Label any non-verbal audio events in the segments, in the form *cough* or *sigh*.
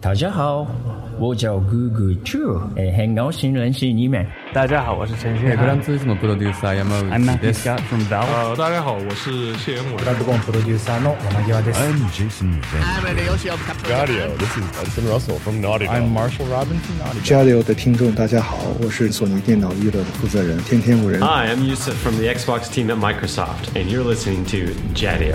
大家好，我叫 Google Chu，哎，很高兴认识你们。大家好，我是陈え迅ー、フラ汉ン。ツーズのプロデューサー山 I'm 内 Matt です Scott。from Valve。呃，大家好，我是谢元伟。ドボンプロデューサーの山際です。 I'm Jason Van. Gaudio. This is Benson Russell from Naughty Dog. Marshall Robinson. Jaleo 的听众，大家好，我是索尼电脑娱乐的负责人天天五人。 Hi, I'm Yusuf from the Xbox team at Microsoft, and you're listening to Jadio.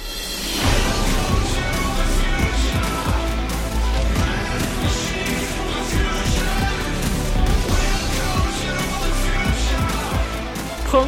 朋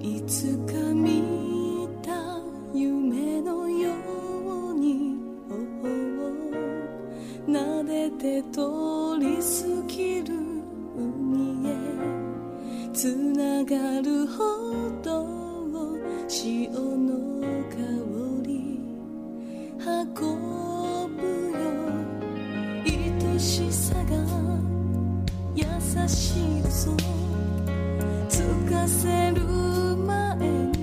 いつか見た夢のように、oh, oh, oh 撫でて通り過ぎる海へつながるほど潮の香り運ぶよ愛しさが優しい嘘つかせる前に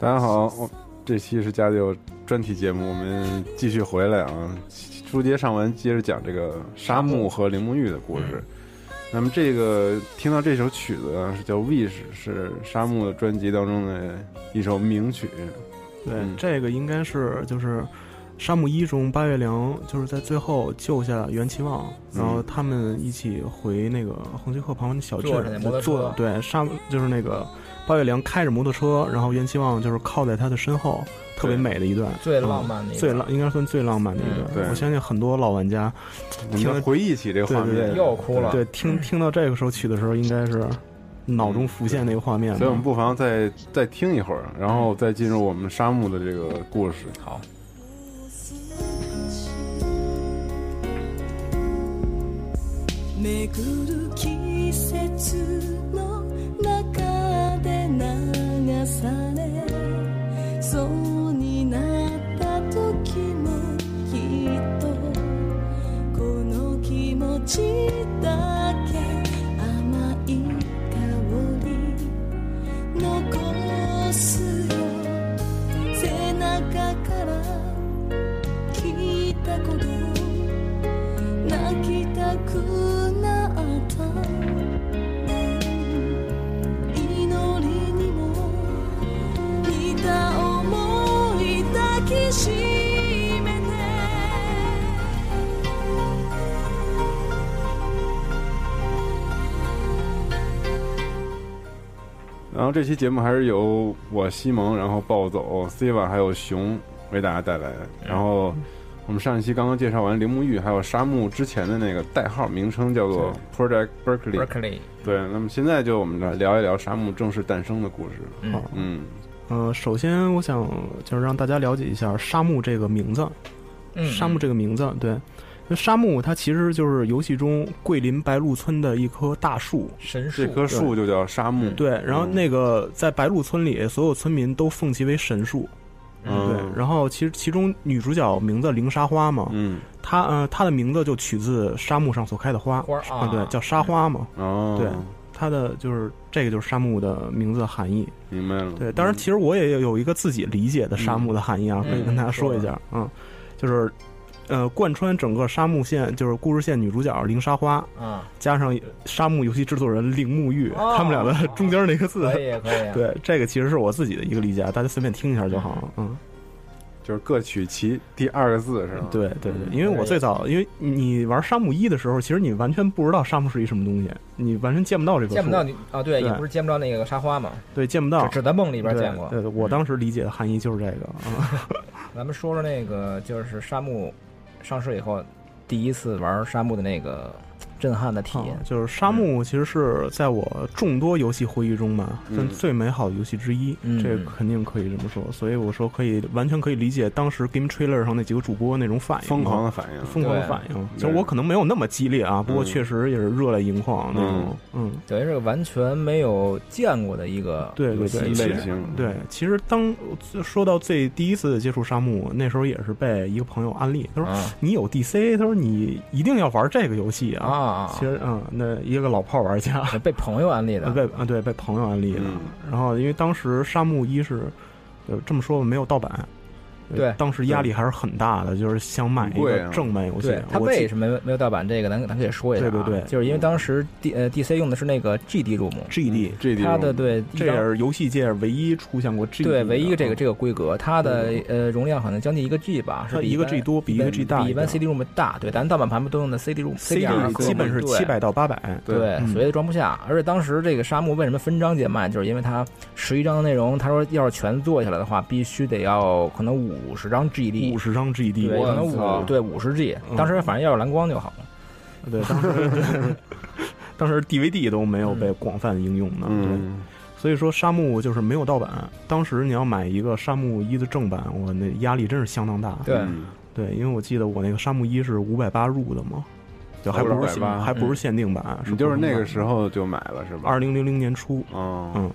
大家好，我这期是家里有专题节目，我们继续回来啊。书接上文，接着讲这个沙漠和铃木玉的故事。嗯那么这个听到这首曲子啊，是叫《Wish》，是沙漠专辑当中的一首名曲。对，嗯这个应该是就是《沙漠一》中八月凉就是在最后救下袁其望，嗯然后他们一起回那个横须贺旁边的小镇坐着那摩托，车坐对沙漠就是那个八月凉开着摩托车，然后袁其望就是靠在他的身后，特别美的一段，最浪漫的一段嗯最浪应该算最浪漫的一段。嗯对我相信很多老玩家我们听再了回忆起这个画对面对，又哭了。对听听到这个首曲的时候，应该是脑中浮现那个画面吧。所以我们不妨再再听一会儿，然后再进入我们沙漠的这个故事。好，巡る季節の中で流されそうになった時もきっとこの気持ちだけ甘い香り残すよ背中から聞いたこと泣きたくなった祈りにも似た思い抱きしめて然后这期节目还是由我西蒙，然后暴走 C 瓦还有熊为大家带来的。然后我们上一期刚刚介绍完铃木玉还有沙漠之前的那个代号名称叫做 Project Berkeley。 Berkeley，对，那么现在就我们来聊一聊沙漠正式诞生的故事。好嗯，呃，首先我想就是让大家了解一下沙漠这个名字。嗯，沙漠这个名字，对，那沙漠它其实就是游戏中桂林白鹿村的一棵大树。神这树，棵树就叫沙漠。对，然嗯后那个在白鹿村里，所有村民都奉其为神树。对，嗯，然后其实其中女主角名字凌沙花嘛，嗯，她呃她的名字就取自沙漠上所开的花花儿啊对，叫沙花嘛。哦，对，它的就是这个就是沙漠的名字的含义。明白了。嗯对，当然，其实我也有一个自己理解的沙漠的含义啊，嗯可以跟大家说一下，嗯，就是，呃，贯穿整个沙漠线，就是故事线女主角林沙花，啊，加上沙漠游戏制作人铃木玉，哦他们俩的中间那个字哎啊可，以可以。啊对，这个其实是我自己的一个理解，大家随便听一下就好了，嗯，就是各取其第二个字嗯是吧？对对对，哎因为我最早，因为你玩沙漠一的时候，其实你完全不知道沙漠是一什么东西，你完全见不到这个树，见不到你啊，对，对也不是见不到那个沙花嘛，对，见不到，只只在梦里边见过嗯对，对对我当时理解的含义就是这个啊，咱们说说那个，就是沙漠上市以后第一次玩沙漠的那个震撼的体验。啊就是沙漠其实是在我众多游戏回忆中嘛，嗯算最美好的游戏之一，嗯这肯定可以这么说。所以我说可以完全可以理解当时 Game Trailer 上那几个主播那种反应，啊疯狂的反应疯狂的反应。对就是我可能没有那么激烈啊，不过嗯确实也是热泪盈眶那种，嗯。等于是完全没有见过的一个对对对，游戏其实对，其实当说到最第一次接触沙漠，那时候也是被一个朋友安利，他说、啊你有 DC，他说你一定要玩这个游戏啊。啊其实嗯，那一个老炮玩家被朋友安利的，被啊对，被朋友安利的。嗯嗯然后因为当时沙漠一是，呃，这么说吧，没有盗版。对啊当时压力还是很大的，就是想买一个正版游戏对。它我为记什么没没有盗版这个？咱咱可以说一下、啊。对对对就是因为当时 D 呃 DC 用的是那个 GD 入目 GD GD 它的对这也是游戏界唯一出现过 G 对唯一嗯这个这个规格，它的呃容量好像将近一个 G 吧，是它比一个般 G 多比一个 G 大比一般一 CD 入目大。对，咱盗版盘不都用的 CD 入 CD 入基本是七百嗯到八百。对，所以它装不下。而且当时这个沙漠为什么分章节慢，就是因为它十一章的内容，他说要是全做下来的话，必须得要可能五十张 GD，五十张 GD，对，可能我操五对五十 G 嗯。当时反正要有蓝光就好了。对，当时对啊 *laughs* 当时 DVD 都没有被广泛应用呢。嗯对，所以说沙漠就是没有盗版。当时你要买一个沙漠一的正版，我那压力真是相当大。对嗯对，因为我记得我那个沙漠一是五百八入的嘛，就还哦不是限580还不是限定版，嗯你就是那个时候就买了是吧？二零零零年初。哦，嗯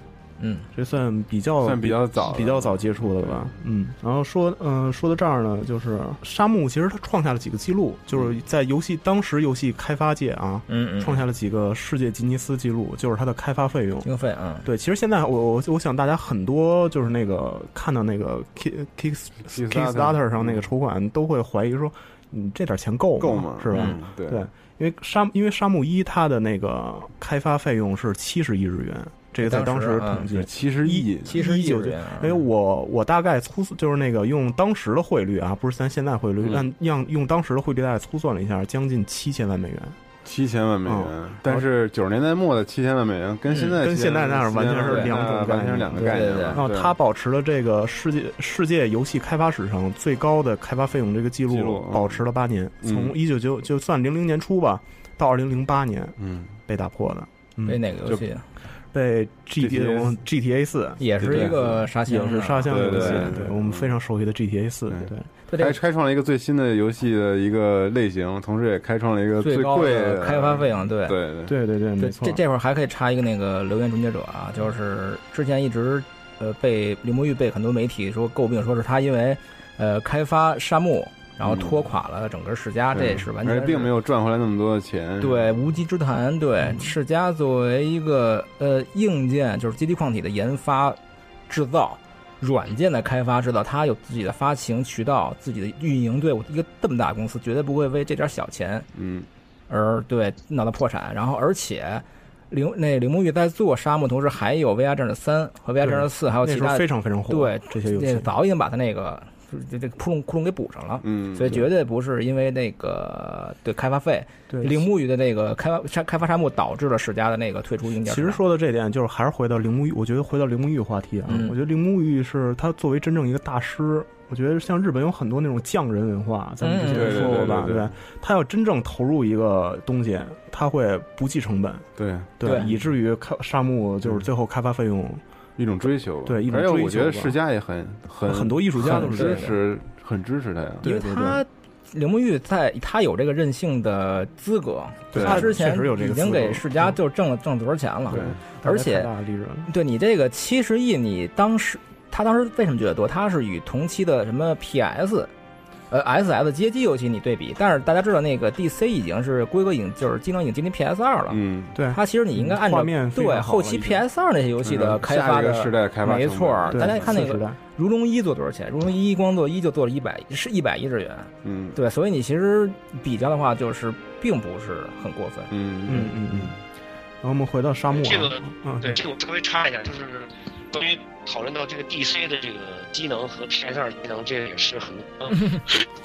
嗯，这算比较算比较早的比较早接触的吧。嗯，然后说，嗯、说到这儿呢，就是沙漠其实它创下了几个记录，就是在游戏当时游戏开发界啊，嗯嗯创下了几个世界吉尼斯纪录，就是它的开发费用。经费啊，对，其实现在我我我想大家很多就是那个看到那个 Kick Kick Kickstarter Kickstarter 上那个筹款，都会怀疑说，你这点钱够够吗吗？是吧？嗯对对，因为沙因为沙漠一它的那个开发费用是七十亿日元，这个在当当时时嗯统计是70亿70亿九日九哎元啊。因为我我大概粗就是那个用当时的汇率啊，不是咱现在汇率，嗯按样用当时的汇率大概粗算了一下，将近七千万美元。七千万美元，但是九十年代末的七千万美元跟现在哦嗯跟现在那7000完全是万美元两种啊概完念，全是两个概念了。然后对他哦保持了这个世界世界游戏开发史上最高的开发费用这个记记录录，嗯保持了八年，嗯从一九九就算零零年初吧，到二零零八年，嗯，被打破的。嗯被哪个游戏？被 GTA GTA GTA 四也是一个啊沙箱也是沙箱对游戏，对对对我们非常熟悉的 GTA 四，对，开开创了一个最新的游戏的一个类型，同时也开创了一个最高贵的开发费用，对对对对对，这没错这。这会儿还可以插一个那个留言终结者啊，嗯就是之前一直呃被刘墨玉被很多媒体说诟病，说是他因为呃开发沙漠，然后拖垮了整个世嘉，这也是完全而是且并没有嗯赚回来那么多的钱。对无稽之谈。对世嘉作为一个呃硬件就是基地矿体的研发、制造、软件的开发、制造，它有自己的发行渠道、自己的运营队伍，一个这么大公司绝对不会为这点小钱嗯，而对闹到破产，然后而且。铃那铃木玉在做沙漠，同时还有 VR 战士三和 VR 战士四，还有那其时候他非常非常火对这些游戏那早已经把他那个就是这这窟窿窟窿给补上了，嗯所以绝对不是因为那个对开发费，对铃木玉的那个开发沙开发沙漠导致了世嘉的那个退出硬件其市场。实说到这点，就是还是回到铃木玉，我觉得回到铃木玉话题啊，嗯我觉得铃木玉是他作为真正一个大师，我觉得像日本有很多那种匠人文化，咱们之前嗯说过吧，对对对对吧他要真正投入一个东西，他会不计成本，对对，对以至于开沙漠嗯就是最后开发费用，一种追求吧。对一种而且追求我觉得吧世嘉也很很很多艺术家很都是支这样持，很支持他呀。因为他铃木玉在他有这个任性的资格，对他之确前实有这已个资格经给世嘉就挣了挣了多少钱啊嗯了，而且太大的利润了对你这个七十亿，你当时他当时为什么觉得多？他是与同期的什么 PS。呃，SS 街机游戏你对比，但是大家知道那个 DC 已经是规格已经就是技能已经接近 PS 二了，嗯，对，它其实你应该按照画面非常对好后期了已经 PS 二那些游戏的嗯开发的下一个时代开发成没本错儿，对大家看那个次时代《如龙一》做多少钱，《如龙一》光做一就做了一百是一百亿日元，嗯，对，所以你其实比较的话，就是并不是很过分，嗯嗯嗯嗯。然后我们回到沙漠啊，这个嗯，对，这个我稍微插一下，就是关于讨论到这个 DC 的这个机能和 PS 二机能，这个也是很多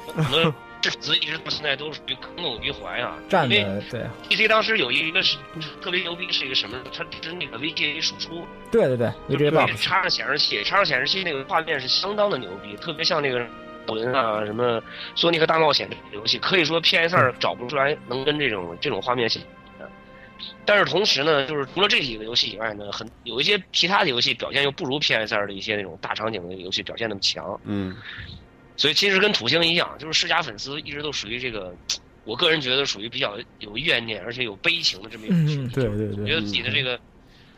很多这词一直到现在都属于耿耿于怀啊。站因为的对 DC 当时有一个是特别牛逼，是一个什么？它是那个 VGA 输出，对对对，VJ 嗯对 box，插上显示器，插上显示器那个画面是相当的牛逼，特别像那个魂啊什么《索尼克大冒险》这个游戏，可以说 PS 二找不出来能跟这种这种画面相比的。但是同时呢，就是除了这几个游戏以外呢，很有一些其他的游戏表现又不如 PS 二的一些那种大场景的游戏表现那么强。嗯，所以其实跟土星一样，就是世家粉丝一直都属于这个，我个人觉得属于比较有怨念而且有悲情的这么一个嗯，对对嗯觉得自己的这个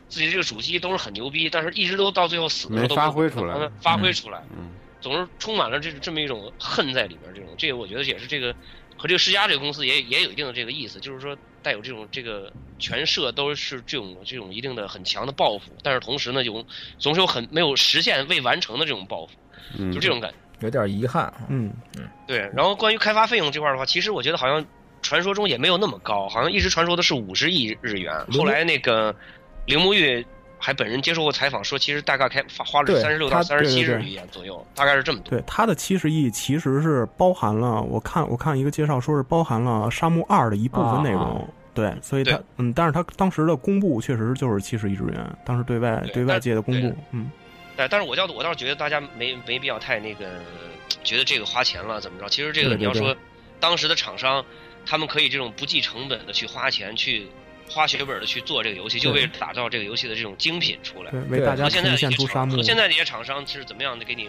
自己的这个主机都是很牛逼，但是一直都到最后死的时候都没发挥出来嗯发挥出来，嗯，总是充满了这这么一种恨在里边。这种这个我觉得也是这个和这个世嘉这个公司也也有一定的这个意思，就是说带有这种这个全社都是这种这种一定的很强的抱负，但是同时呢，有总是有很没有实现未完成的这种抱负，嗯就这种感觉。有点遗憾，嗯，对，然后关于开发费用这块儿的话，其实我觉得好像传说中也没有那么高，好像一直传说的是五十亿日元。后来那个铃木玉还本人接受过采访，说其实大概开花花了对三十六到他三十七对对日对元左右，大概是这么多。对，它的七十亿其实是包含了，我看我看一个介绍说是包含了《沙漠二》的一部分内容。啊对，所以它对嗯，但是它当时的公布确实就是七十亿日元，当时对外对外界的公布，嗯，对，但是我倒我倒是觉得大家没没必要太那个，觉得这个花钱了怎么着？其实这个对对你要说对当时的厂商，他们可以这种不计成本的去花钱去。花血本的去做这个游戏，就对为了打造这个游戏的这种精品出来对，为大家和现在的呈现一些出厂沙漠和现在这些厂商是怎么样的给你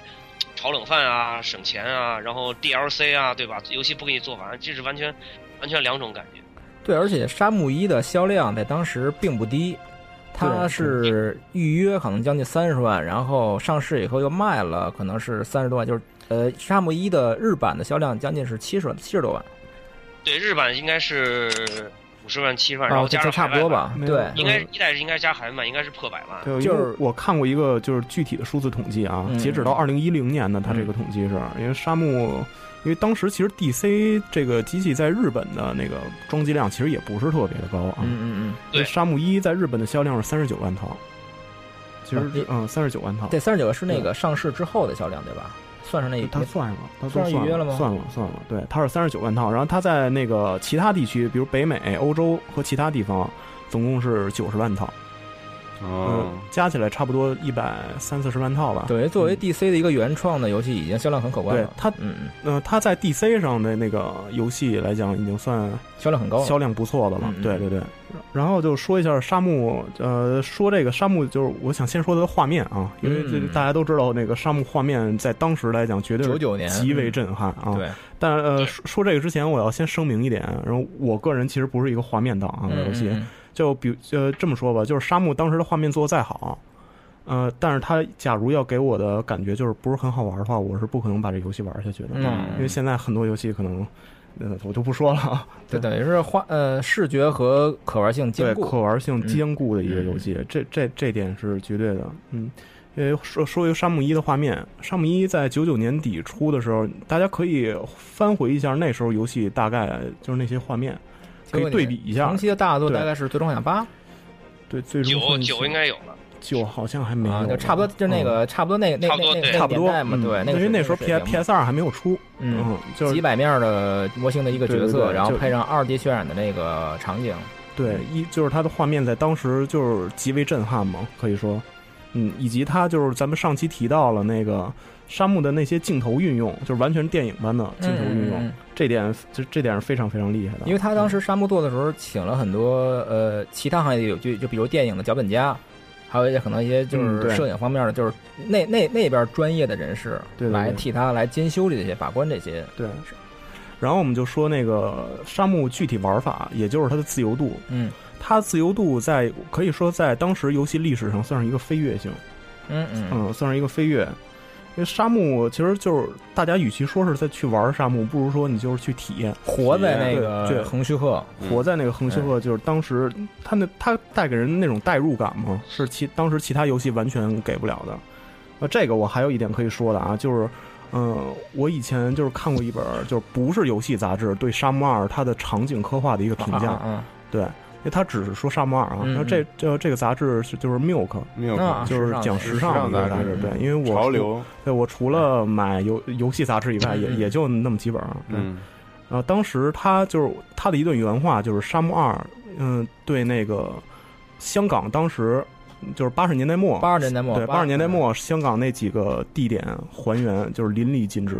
炒冷饭啊、省钱啊，然后 DLC 啊，对吧？游戏不给你做完，这是完全完全两种感觉。对，而且沙漠一的销量在当时并不低，它是预约可能将近三十万，然后上市以后又卖了可能是三十多万，就是呃沙漠一的日版的销量将近是七十七十多万，对，日版应该是五十万、七十万，啊然后加上这差不多吧海外对应该是一代是应该加海版，应该是破百万。对，因为我看过一个就是具体的数字统计啊，嗯截止到二零一零年呢，它这个统计是、因为沙漠，因为当时其实 DC 这个机器在日本的那个装机量其实也不是特别的高啊，嗯嗯嗯，对，沙漠一在日本的销量是三十九万套，其实啊对嗯三十九万套，这三十九是那个上市之后的销量对吧？算上那它算上了，它都算上预约了吗？算了，算了。对，它是三十九万套，然后它在那个其他地区，比如北美、欧洲和其他地方，总共是九十万套。哦嗯，加起来差不多一百三四十万套吧。等于作为 DC 的一个原创的游戏，已经销量很可观嗯对了。它，嗯嗯，呃，它在 DC 上的那个游戏来讲，已经算销量很高了销量不错的了哦嗯。嗯对对对。然后就说一下沙漠，呃，说这个沙漠，就是我想先说它的画面啊，因为这嗯大家都知道，那个沙漠画面在当时来讲，绝对是99年嗯极为震撼啊。对。但呃，说说这个之前，我要先声明一点，然后我个人其实不是一个画面党啊，嗯游戏嗯嗯就比如呃这么说吧，就是沙漠当时的画面做的再好，呃，但是它假如要给我的感觉就是不是很好玩的话，我是不可能把这游戏玩下去的，嗯因为现在很多游戏可能，呃，我就不说了啊，这等于是画呃视觉和可玩性兼对顾，可玩嗯性兼顾的一个游戏，这这这点是绝对的，嗯。因为说说一个沙漠一的画面，沙漠一在九九年底出的时候，大家可以翻回一下那时候游戏大概就是那些画面，可以对比一下。同期的大作对大概是《最终幻想八》，对，最终九九应该有呃了，九好像还没有吧，嗯啊，就差不多，就那个差不多那那差那不多那对那差个不年多代嘛，嗯对，那个因为那水时候水平 P PS 二还没有出，嗯嗯，就是几百面的模型的一个角对对色，对然后就配上二 D 渲染的那个场景，对，嗯一就是它的画面在当时就是极为震撼嘛，可以说，嗯，以及它就是咱们上期提到了那个沙漠的那些镜头运用，就是完全电影般的镜头运用，嗯嗯嗯这点这这点是非常非常厉害的。因为他当时沙漠做的时候，请了很多呃其他行业有就就比如电影的脚本家，还有一些可能一些就嗯是对摄影方面的，就是那那那边专业的人士对对对来替他来监修这些把关这些，对，然后我们就说那个沙漠具体玩法，也就是它的自由度，嗯，它自由度在可以说在当时游戏历史上算是一个飞跃性，嗯嗯嗯，算是一个飞跃。因为沙漠其实就是大家，与其说是在去玩沙漠，不如说你就是去体验，活在那个对对横须贺呃活在那个横须嗯贺，就是当时他那他带给人那种代入感嘛，是其当时其他游戏完全给不了的。呃，这个我还有一点可以说的啊，就是，嗯、我以前就是看过一本，就是不是游戏杂志对《沙漠二》它的场景刻画的一个评价，啊啊啊对，因为他只是说沙漠二啊，嗯那这这这个杂志是就是 Milk， Milk 啊就是讲时尚的一个杂志时尚，杂志对，因为我潮流，对我除了买游游戏杂志以外，也嗯也就那么几本儿，啊对嗯，然后当时他就是他的一段原话就是沙漠二，嗯，对那个香港当时就是八十年代末， 80年代末对，八八十年代末香港那几个地点还原就是淋漓尽致，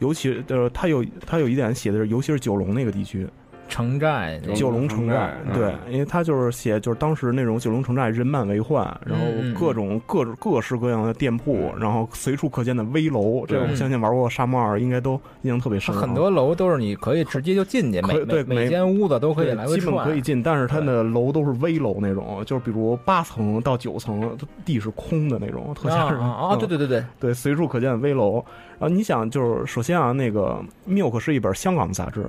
尤其呃，他有他有一点写的是，尤其是九龙那个地区。城寨九龙城寨，嗯对，因为他就是写就是当时那种九龙城寨人满为患，然后嗯嗯各种各种各式各样的店铺，然后随处可见的危楼，这我对相信玩过《沙漠二》应该都印象特别它深啊。很多楼都是你可以直接就进去，每可以对每每间屋子都可以对来回基本串可以进，但是它的楼都是危楼那种，就是比如八层到九层，地是空的那种，特吓人嗯啊啊啊对对对对对，随处可见的危楼。然后你想，就是首先啊，那个《Milk》是一本香港杂志，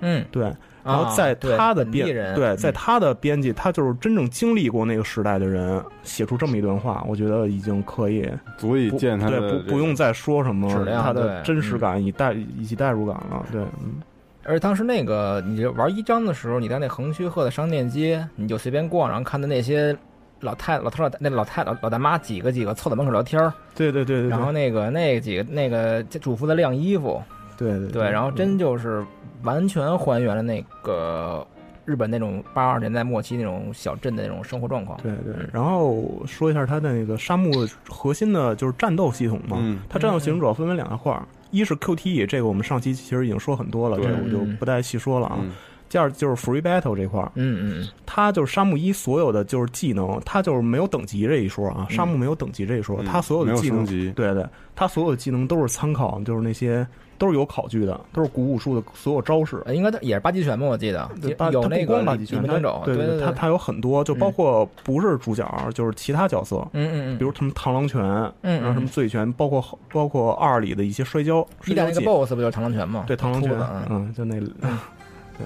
嗯，对。然后在对他的本地编、人对，嗯在他的编辑，他就是真正经历过那个时代的人，写出这么一段话，我觉得已经可以足以不见他的对，这不个不用再说什么质量他对的真实嗯感以代、以及代入感了，对，嗯。而且当时那个你就玩一张的时候，你在那横须贺的商店街，你就随便逛，然后看到那些老太老头老大那老太老老大妈几个几个凑在门口聊天儿，对对对对，然后那个那几个那个主妇在晾衣服，对对对，然后真就是完全还原了那个日本那种八二年代末期那种小镇的那种生活状况。对对，然后说一下它的那个沙漠核心的就是战斗系统嘛。嗯它战斗系统主要分为两大块儿，一是 QTE，这个我们上期其实已经说很多了，这对个我就不再细说了啊。嗯第二就是 Free Battle 这块儿，嗯嗯，它就是沙漠一所有的就是技能，它就是没有等级这一说啊，嗯沙漠没有等级这一说，嗯它所有的技没有能，升级对对，它所有的技能都是参考，就是那些都是有考据的，都是古武术的所有招式，呃应该也是八极拳吧，我记得对八有它不那个光八极李拳，门它端走，对对它对，它有很多，就包括不是主角，就是其他角色，嗯嗯嗯比如什么螳螂拳，嗯然后什么醉拳，包括包括二里的一些摔跤，一摔代跤那个技 BOSS 不就是螳螂拳吗？对螳螂秃拳子，嗯，就那， *laughs* 对，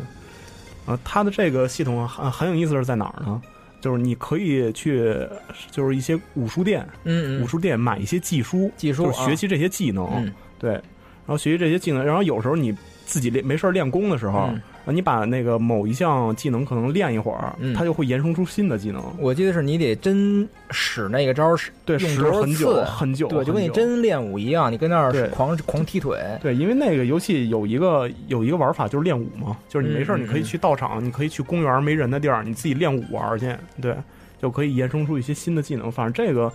啊，它的这个系统啊很很有意思是在哪儿呢？就是你可以去，就是一些武术店，嗯嗯武术店买一些技书，技术啊学习这些技能，嗯对，然后学习这些技能，然后有时候你自己练没事儿练功的时候嗯，啊你把那个某一项技能可能练一会儿，嗯它就会衍生出新的技能。我记得是你得真使那个招儿使，对用使多少很久次很久对，就很跟你久真练武一样，你跟那对儿狂狂踢腿，对，因为那个游戏有一个有一个玩法就是练武嘛，就是你没事儿嗯嗯你可以去道场，你可以去公园没人的地儿，你自己练武玩儿去，对，就可以衍生出一些新的技能。反正这个，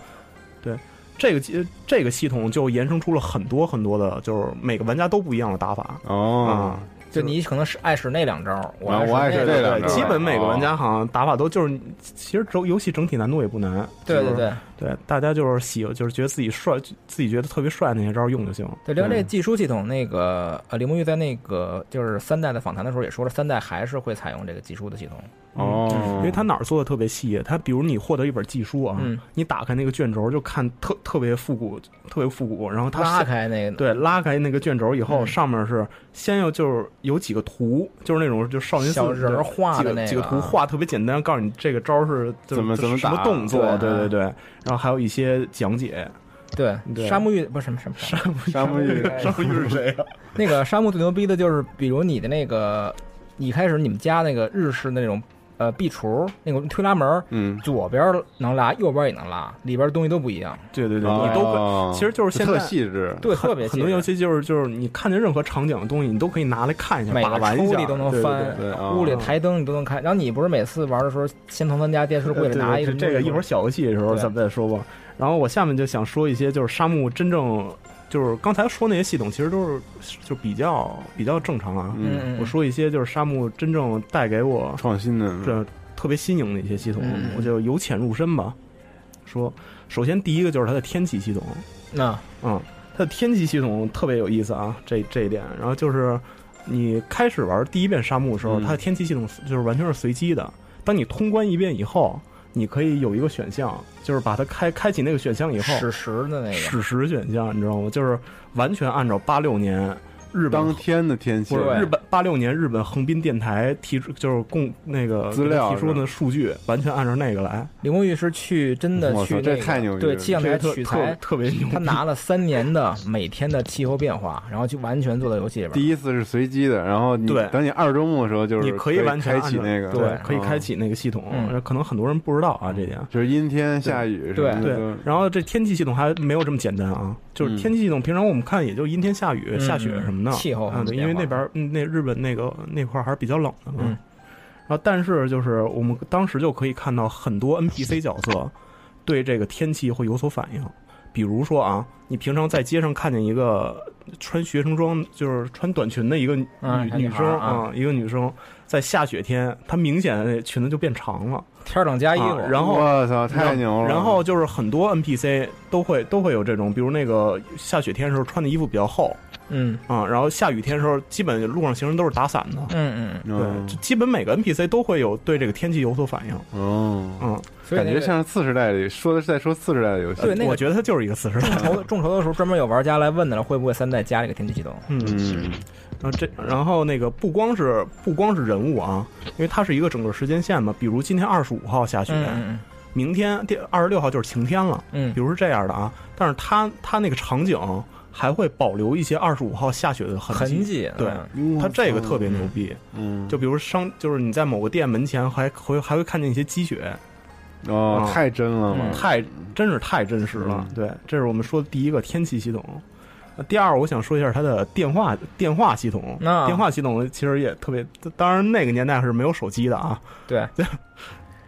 对这个技这个系统就衍生出了很多很多的，就是每个玩家都不一样的打法哦啊。就你可能是爱使那两招儿，我啊我爱爱使是那对招儿基本每个玩家好像打法都就是，其实游游戏整体难度也不难。对就对是对对，大家就是喜，就是觉得自己帅，自己觉得特别帅那些招用就行。对，聊这技术系统，那个呃，李梦玉在那个就是三代的访谈的时候也说了，三代还是会采用这个技术的系统。哦嗯因为它哪儿做的特别细，它比如你获得一本技书啊，嗯你打开那个卷轴就看特特别复古，特别复古，然后它拉下开那个对拉开那个卷轴以后，嗯上面是先要就是有几个图，就是那种就少林寺小人儿对画的几个那个啊几个图画特别简单，告诉你这个招是就怎么就怎么什么打动作，对对嗯对对，然后还有一些讲解。对，对沙漠玉不是什么什么沙漠沙 *laughs* 漠玉沙漠玉是谁啊？那个沙漠最牛逼的就是，比如你的那个，一开始你们家那个日式那种呃壁橱，那个推拉门儿，嗯左边儿能拉，右边儿也能拉，里边儿东西都不一样。对对对，哦你都可其实就是现在特细致对很特别细致很多游戏就是就是你看见任何场景的东西，你都可以拿来看一下，每把个玩一抽下，屉都能对对翻对对，啊哦屋里台灯你都能开。然后你不是每次玩的时候，先从咱家电视柜里呃对拿一个这这个一会儿小游戏的时候对咱们再说吧。然后我下面就想说一些就是沙漠真正就是刚才说那些系统，其实都是就比较比较正常啊。嗯嗯我说一些就是沙漠真正带给我创新的，这特别新颖的一些系统，嗯我就由浅入深吧。说，首先第一个就是它的天气系统，那嗯，它的天气系统特别有意思啊，这这一点。然后就是你开始玩第一遍沙漠的时候，嗯它的天气系统就是完全是随机的。当你通关一遍以后，你可以有一个选项，就是把它开开启那个选项以后，史实的那个史实选项，你知道吗？就是完全按照八六年日本当天的天气不是日本八六年日本横滨电台提出就是供那个资料提出的数据，完全按照那个来。林公玉是去真的我操去、那这个太牛逼对了气象台这个特取材特特别 *laughs* 牛逼他拿了三年的每天的气候变化，然后就完全做到游戏里边。第一次是随机的，然后你对等你二周目的时候，就是你可以完全开按启照那个，对，可以开嗯启那个系统嗯，可能很多人不知道啊，这点就是阴天下雨什对么的都对。然后这天气系统还没有这么简单啊，就是嗯天气系统，平常我们看也就阴天下雨、嗯下雪什么的，气候啊，对，因为那边儿嗯那日本那个那块儿还是比较冷的嘛。嗯然后，但是就是我们当时就可以看到很多 NPC 角色对这个天气会有所反应。比如说啊，你平常在街上看见一个穿学生装，就是穿短裙的一个女、啊小女女孩生儿啊一个女生，在下雪天，她明显那裙子就变长了，天冷加衣服啊然后我操太牛了然后就是很多 NPC 都会都会有这种，比如那个下雪天的时候穿的衣服比较厚嗯啊，然后下雨天的时候，基本路上行人都是打伞的。嗯对，就基本每个 NPC 都会有对这个天气有所反应。哦，嗯，呃所以感那个觉像是次时代里说的是在说次时代的游戏。对那个我觉得它就是一个四十众 *laughs* 筹众筹的时候，专门有玩家来问的了，会不会三代加这个天气系统？嗯，然后这然后那个不光是不光是人物啊，因为它是一个整个时间线嘛，比如今天二十五号下雪。嗯嗯嗯明天第二十六号就是晴天了，嗯，比如是这样的啊，但是它它那个场景还会保留一些二十五号下雪的迹，痕迹嗯嗯对，它这个特别牛逼，嗯，就比如商，就是你在某个店门前还会还会看见一些积雪，哦啊，太真了嗯嘛，太真是太真实了。对，这是我们说的第一个天气系统。呃第二，我想说一下它的电话电话系统。那电话系统其实也特别，当然那个年代是没有手机的啊。对， *laughs*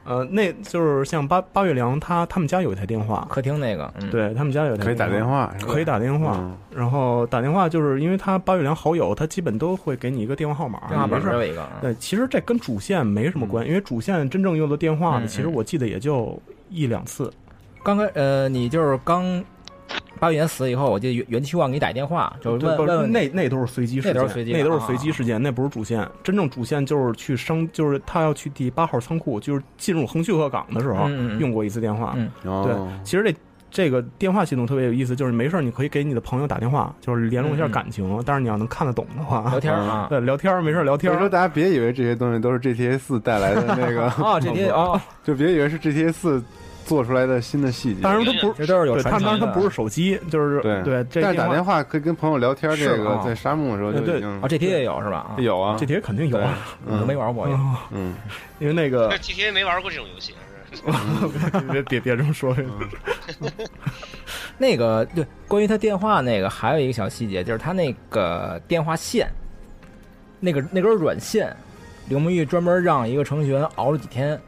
呃，那就是像八八月凉他他们家有一台电话，客厅那个，嗯对他们家有一台可以打电话是吧可以打电话。嗯然后打电话就是因为他八月凉好友，他基本都会给你一个电话号码，电话本没事儿有一个啊对，其实这跟主线没什么关系，因为主线真正用的电话呢，嗯其实我记得也就一两次。刚开呃，你就是刚八月死以后，我记得园园区望给你打一电话，就是对问不是问问那那都是随机事那件，都是随机的，那都是随机啊。事件，那不是主线。真正主线就是去商，就是他要去第八号仓库，就是进入横须贺港的时候嗯嗯嗯用过一次电话。嗯哦对，其实这这个电话系统特别有意思，就是没事儿你可以给你的朋友打电话，就是联络一下嗯嗯感情，但是你要能看得懂的话，聊天儿 *laughs* 啊对，聊天儿没事儿聊天所以儿说，。大家别以为这些东西都是 GTA 四带来的 *laughs* 那个哦，GTA *laughs* 哦，就别以为是 GTA 四做出来的新的细节。当然它不是，对它当然它不是手机，就是对对。这但是打电电话可以跟朋友聊天，是这个啊在沙漠的时候就呃对已经哦啊，GTA 也有是吧啊有啊，GTA 肯定有啊对嗯我没玩过也嗯， *laughs* 因为那个但 GTA 没玩过这种游戏，是吧别别别这么 *laughs* 说。那个对，关于他电话那个还有一个小细节，就是他那个电话线，那个那根软线，刘梦玉专门让一个程序员熬了几天。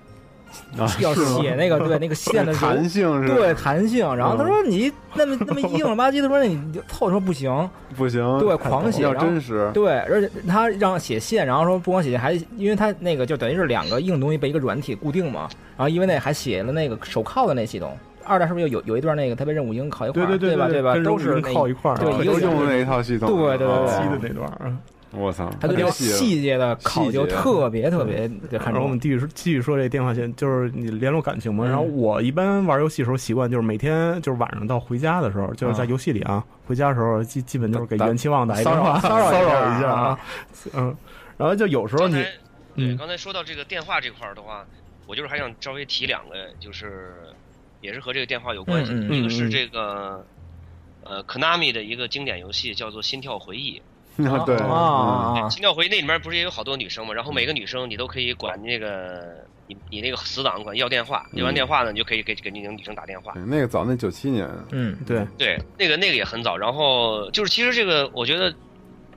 啊要是吗写那个对那个线的 *laughs* 柔弹性是吧对弹性。然后他说你那么那么硬了吧唧的说你就凑说不嗯行，不行，对，狂写，要然后真实，对，而且他让写线，然后说不光写线，还因为他那个就等于是两个硬东西被一个软体固定嘛，然后因为那还写了那个手铐的那系统。二代是不是有有有一段那个他被任务营铐一块儿，对对对吧对对吧？跟都任是务营那铐一块儿对，啊一个都用软那一套系统对对哦对机对的那段儿，啊我操，他对这太个细了细节的考究细节特别特别的看然后我重们。继续说继续说这电话线，就是你联络感情嘛。然后我一般玩游戏的时候习惯就是每天就是晚上到回家的时候，就是在游戏里啊，回家的时候基基本就是给打元气旺打一电话，骚扰骚骚扰扰一下一下啊，嗯，然后就有时候你对，嗯刚才说到这个电话这块儿的话，我就是还想稍微提两个，就是也是和这个电话有关系的嗯嗯，一嗯个是嗯这个呃 Konami 的一个经典游戏叫做《心跳回忆》。啊 *laughs* 嗯对啊心跳回忆那里面不是也有好多女生嘛？然后每个女生你都可以管那个你你那个死党管要电嗯话，要完电话呢，你就可以给给那个女生打电话。嗯对那个早那九七年，嗯，对，对，那个那个也很早。然后就是其实这个，我觉得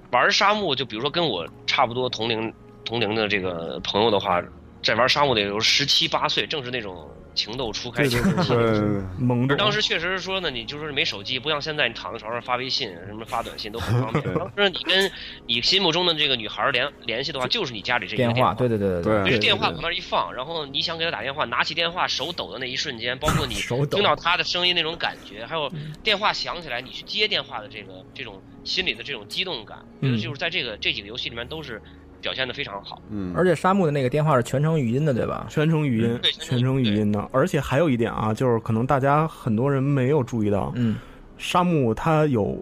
玩沙漠，就比如说跟我差不多同龄同龄的这个朋友的话，在玩沙漠的时候十七八岁，正是那种情窦初开、对情对窦初对开。 *laughs* 对 *laughs* 懵而懂，当时确实是说呢，你就是没手机，不像现在你躺在床上发微信、什么发短信都很方 *laughs* 便。当时你跟你心目中的这个女孩儿联联系的话，就是你家里这一个电话，话，对对对于对是电话往那儿一放，然后你想给他打电话，拿起电话手抖的那一瞬间，包 *laughs* 括你手抖听到他的声音那种感觉，还有嗯电话响起来你去接电话的这个这种心里的这种激动感，嗯觉得就是在这个这几个游戏里面都是表现的非常好。嗯而且沙漠的那个电话是全程语音的，对吧？全程语音，全程语音的。而且还有一点啊，就是可能大家很多人没有注意到，嗯，沙漠它有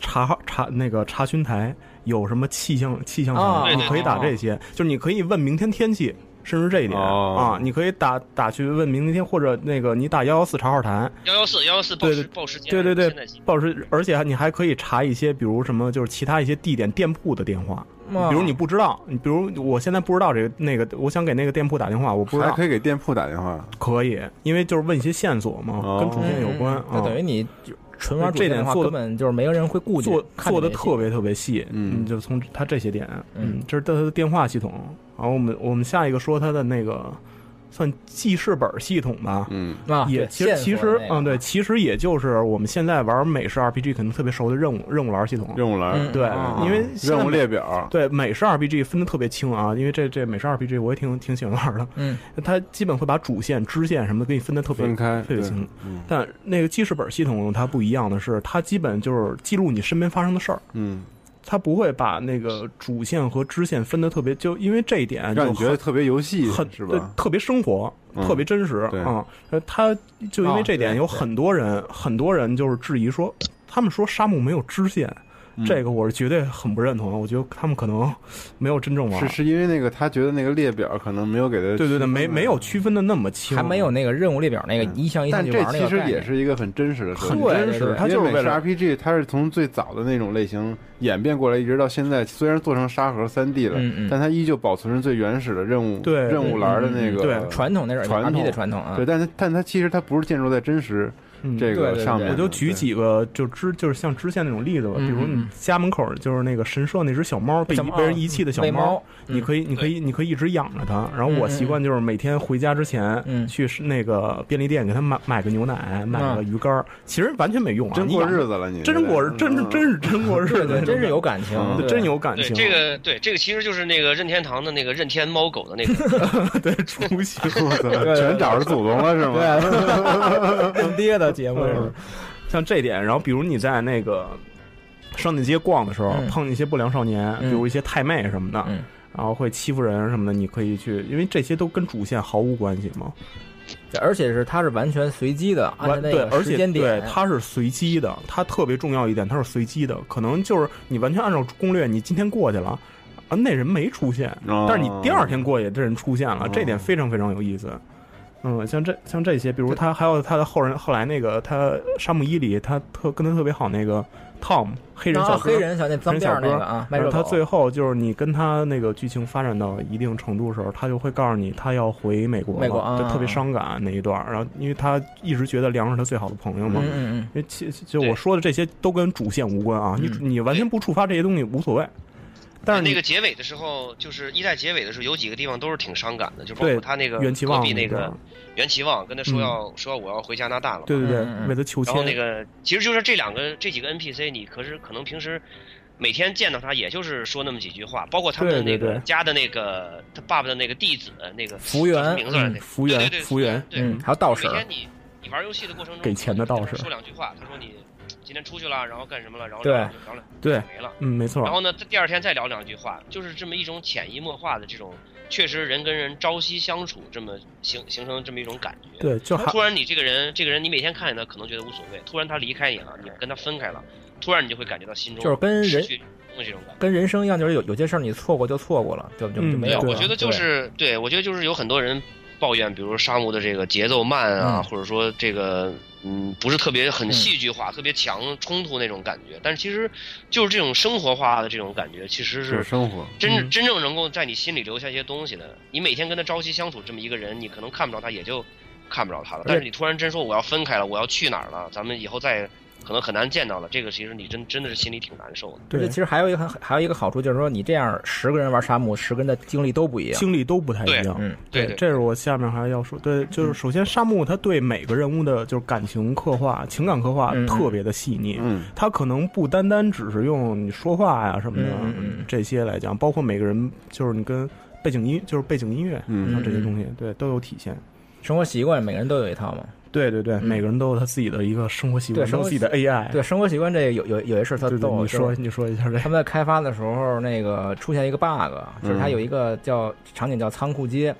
查查那个查询台有什么气象气象哦啊台，你可以打这些，就是你可以问明天天气，甚至这一点哦啊，你可以打打去问明天，或者那个你打幺幺四查号台，幺幺四幺幺四报对时对报时间，对对现在对起，报时，而且还你还可以查一些，比如什么就是其他一些地点店铺的电话。哇嗯比如你不知道，你比如我现在不知道这个那个，我想给那个店铺打电话，我不知道还可以给店铺打电话，可以，因为就是问一些线索嘛，哦跟主线有关嗯啊嗯。那等于你就纯玩主这线点的话，做得根本就是没有人会顾忌做看做你的这特些别特别细，嗯，就是从它这些点，嗯，这是它的电话系统。然后我们我们下一个说它的那个算记事本系统吧，嗯啊也对其实线索其实的那个嗯对，其实也就是我们现在玩美式 RPG 可能特别熟的任务任务栏系统，任务栏嗯对啊，因为现在任务美列表对美式 RPG 分的特别清啊，因为这这美式 RPG 我也挺挺喜欢玩的，嗯，它基本会把主线、支线什么的给你分的特别分开特别对清。嗯但那个记事本系统它不一样的是，它基本就是记录你身边发生的事儿，嗯，它不会把那个主线和支线分的特别，就因为这一点啊就让你觉得很特别游戏很是对吧？特别生活，嗯特别真实对啊。呃他就因为这哦点，对有很多人，很多人就是质疑说，他们说沙漠没有支线，嗯这个我是绝对很不认同的。我觉得他们可能没有真正玩是。是因为那个他觉得那个列表可能没有给他对对区对，分没开没有区分的那么清，还没有那个任务列表那个嗯一项一项但去这玩那其个实概也念。是一个很真实的设很定，真实它因就是为美为式了 RPG，它是从最早的那种类型演变过来，一直到现在，虽然做成沙盒三 D 了，嗯嗯但它依旧保存着最原始的任务对任务栏的那个、嗯嗯对传统那种传 RPG 统的传统啊对，但它但它其实它不是建筑在真实嗯这对对个对上面的，我就举对几个就支就是像支线那种例子吧，比嗯如你嗯家门口就是那个神社那只小猫被小猫被人遗弃的小喂猫嗯你可以你可以你可以一直养着它。然后嗯我嗯嗯习惯就是每天回家之前去是那个便利店给它买买个牛奶，买嗯个鱼干儿，其实完全没用啊，真你过养日子了你真过日嗯真是真是真过日子，真是有感情嗯对 *laughs* 真有感对情， *laughs* 这个对这个其实就是那个任天堂的那个任天猫狗的那个对雏形，我操 *laughs* 全找着祖宗了是吗？啊 *laughs* *laughs* 对，认爹的节目嗯是。像这点，然后比如你在那个商店街逛的时候，嗯碰见一些不良少年，比如一些太妹什么的，然后会欺负人什么的，你可以去，因为这些都跟主线毫无关系嘛。而且是它是完全随机的，按照完那对，个而时且间对点，它是随机的，它特别重要一点，它是随机的，可能就是你完全按照攻略，你今天过去了。啊，那人没出现，哦但是你第二天过去，这人出现了，这点非常非常有意思。嗯，像这像这些，比如他还有他的后人，后来那个他沙漠伊里，他特跟他特别好那个 Tom 黑人啊小哥、黑人小那脏辫儿那个啊黑卖热人小哥然后他狗最后就是你跟他那个剧情发展到一定程度的时候，他就会告诉你他要回美国了，美国啊就特别伤感那一段儿。然后因为他一直觉得梁是他最好的朋友嘛，嗯嗯嗯因为其就我说的这些都跟主线无关啊，你嗯你完全不触发这些东西无所谓。 *laughs* 但是你那个结尾的时候，就是一代结尾的时候，有几个地方都是挺伤感的，就包对括他那个元气旺隔壁那那个个袁奇旺跟他说要、说我要回加拿大了嘛，对对对，嗯为他求签然后，那个其实就是这两个这几个 NPC，你可是可能平时每天见到他，也就是说那么几句话，包括他们对对那个对家的那个他爸爸的那个弟子那个服务员叫什么名字来着嗯服务员对对对服务员对，嗯还有道士每天你你玩游戏的过程中给钱的道士说两句话，他说你今天出去了，然后干什么了，然后对聊聊两对就没了，嗯没错然后呢，第二天再聊两句话，就是这么一种潜移默化的这种，确实人跟人朝夕相处，这么形形成这么一种感觉。对就还突然你这个人，这个人你每天看见他可能觉得无所谓，突然他离开你了，你跟他分开了，突然你就会感觉到心中就是跟失人去这种感觉。跟人生一样，就是有有些事儿你错过就错过了，就就就嗯没有了。我觉得就对是对我觉得就是有很多人抱怨，比如说沙漠的这个节奏慢啊，嗯或者说这个嗯不是特别很戏剧化、特别强冲突那种感觉。但是其实就是这种生活化的这种感觉，其实就是是生活真、嗯真正能够在你心里留下一些东西的。你每天跟他朝夕相处这么一个人，你可能看不着他，也就看不着他了。但是你突然真说我要分开了，我要去哪儿了，咱们以后再可能很难见到了。这个其实你真真的是心里挺难受的。而且其实还有一个还有一个好处就是说，你这样十个人玩沙漠，十个人的经历都不一样，经历都不太一样。嗯，对嗯对，这是我下面还要说。对，就是首先沙漠他对每个人物的就是感情刻画、情感刻画嗯嗯特别的细腻。嗯，他可能不单单只是用你说话呀什么的嗯嗯嗯这些来讲，包括每个人就是你跟背景音，就是背景音乐，啊嗯像这些东西，对，都有体现。生活习惯每个人都有一套嘛。对对对，嗯每个人都有他自己的一个生活习对惯，都生有活自己的习 AI。对生活习惯这个有有有一事儿特哎对对逗，你说你说一下这他们在开发的时候，那个出现一个 bug，就是嗯它有一个叫场景叫仓库街，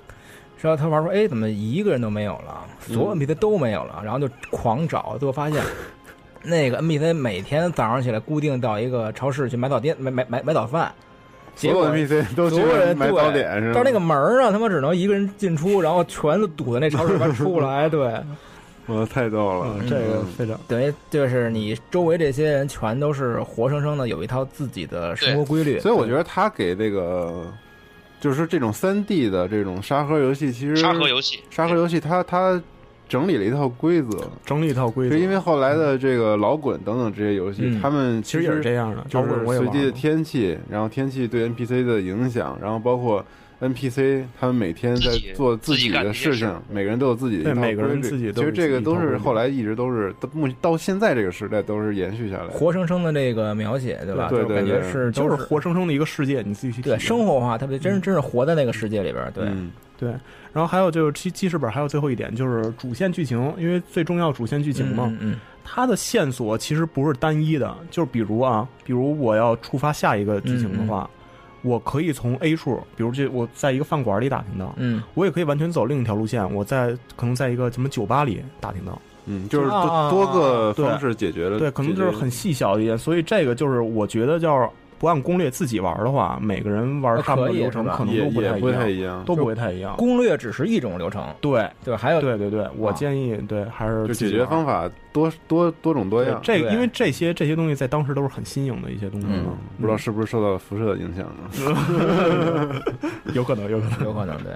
然后他玩说，嗯哎，怎么一个人都没有了，所有 NPC 都没有了，然后就狂找，最后发现 *laughs* 那个 NPC 每天早上起来固定到一个超市去买早点，买买买买早饭。结果所有 NPC 都去所有人买对早点是吗到那个门儿啊，他妈只能一个人进出，然后全都堵在那超市里边出不来。对，嗯我太逗嗯了，嗯嗯这个非常等于就是你周围这些人全都是活生生的有一套自己的生活规律。所以我觉得他给这个，就是说这种三 D 的这种沙盒游戏，其实沙盒游戏，沙盒游戏它它整理了一套规则，整理一套规则，是因为后来的这个老滚等等这些游戏，嗯他们其实也是这样的就老是滚我也随玩机的过天气，然后天气对 NPC 的影响，然后包括 NPC 他们每天在做自己的事情，每个人都有自己的一对套每个人规律自己都其实有这自己个一都套规是律后来一直都是到目到现在这个时代都是延续下来的。活生生的这个描写，对吧？对就对感觉对是就是都活生生的一个嗯世界，你自己去对生活化，特别真是真是活在那个世界里边儿。对，嗯嗯对，然后还有就是记记事本，还有最后一点就是主线剧情，因为最重要主线剧情嘛，嗯嗯它的线索其实不是单一的，就是比如啊，比如我要触发下一个剧情的嗯话，我可以从 A 处，比如这我在一个饭馆里打听到，嗯，我也可以完全走另一条路线，我在可能在一个什么酒吧里打听到，嗯，就是啊啊啊多多个对方式解决了，对，可能解就决是很细小的一点，所以这个就是我觉得叫不按攻略自己玩的话，每个人玩他们的流程啊可能都不太都不会太一样。攻略只是一种流程，对对，还有对对对，我建议对还是自就己解决玩方法多多多种多对样。这个因为这些这些东西在当时都是很新颖的一些东西嘛，嗯不知道是不是受到辐射的影响啊 *laughs* 嗯呢？有可能，有可能，有可能对。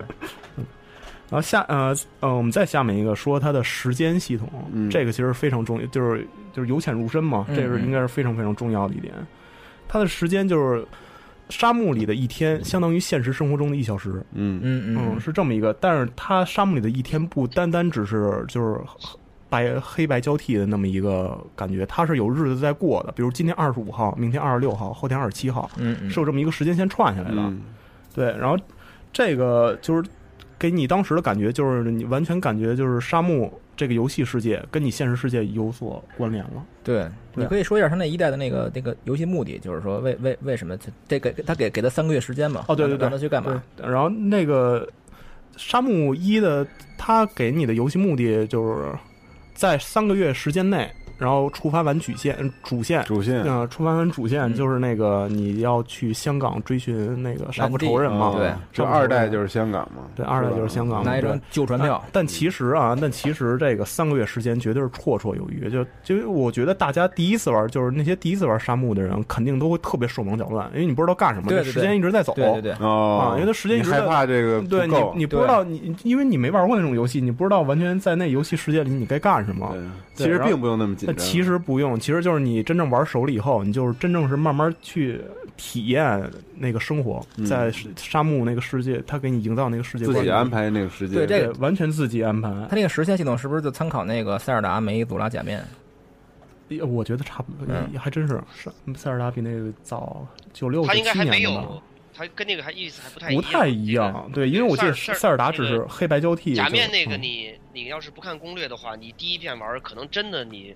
然后下呃呃，我们再下面一个说它的时间系统，这个其实非常重要，就是就是由浅入深嘛，嗯这是嗯应该是非常非常重要的一点。它的时间就是沙漠里的一天，相当于现实生活中的一小时。嗯嗯嗯嗯，是这么一个。但是它沙漠里的一天不单单只是就是白黑白交替的那么一个感觉，它是有日子在过的。比如今天二十五号，明天二十六号，后天二十七号，嗯嗯是有这么一个时间线串嗯下来的。对，然后这个就是给你当时的感觉，就是你完全感觉就是沙漠这个游戏世界跟你现实世界有所关联了。对，对你可以说一下他那一代的那个那个游戏目的，就是说为为为什么这给他给给他三个月时间嘛？哦，对对对，让他去干嘛？对？然后那个沙漠一的，他给你的游戏目的就是在三个月时间内，然后触发完主线，主线，主线嗯、触发完主线就是那个你要去香港追寻那个杀父仇人嘛，哦对杀，父啊这仇人二代就是香港嘛，嗯对，二代就是香港，拿一对张旧船票但但其实嗯啊，但其实这个三个月时间绝对是绰绰有余。就就我觉得大家第一次玩，就是那些第一次玩沙漠的人，肯定都会特别手忙脚乱，因为你不知道干什么，对对这对时间一直在走，对对对哦啊，因为它时间一直在你害怕这个不对你够你不知道你，因为你没玩过那种游戏，你不知道完全在那游戏世界里你该干什么。其实并不用那么紧张但其实不用，其实就是你真正玩熟了以后，你就是真正是慢慢去体验那个生活，嗯在沙漠那个世界，他给你营造那个世界观，自己安排那个时间，对这个完全自己安排。他那个时间系统是不是就参考那个塞尔达梅祖拉假面？哎我觉得差不多，嗯还真是是塞尔达比那个早九六他九应该七还没年的吧有，，他跟那个还意思还不太一不样。太一样。对，因为我记得塞尔塞尔达只那是个黑白交替，假面就那个嗯你你要是不看攻略的话，你第一遍玩儿可能真的你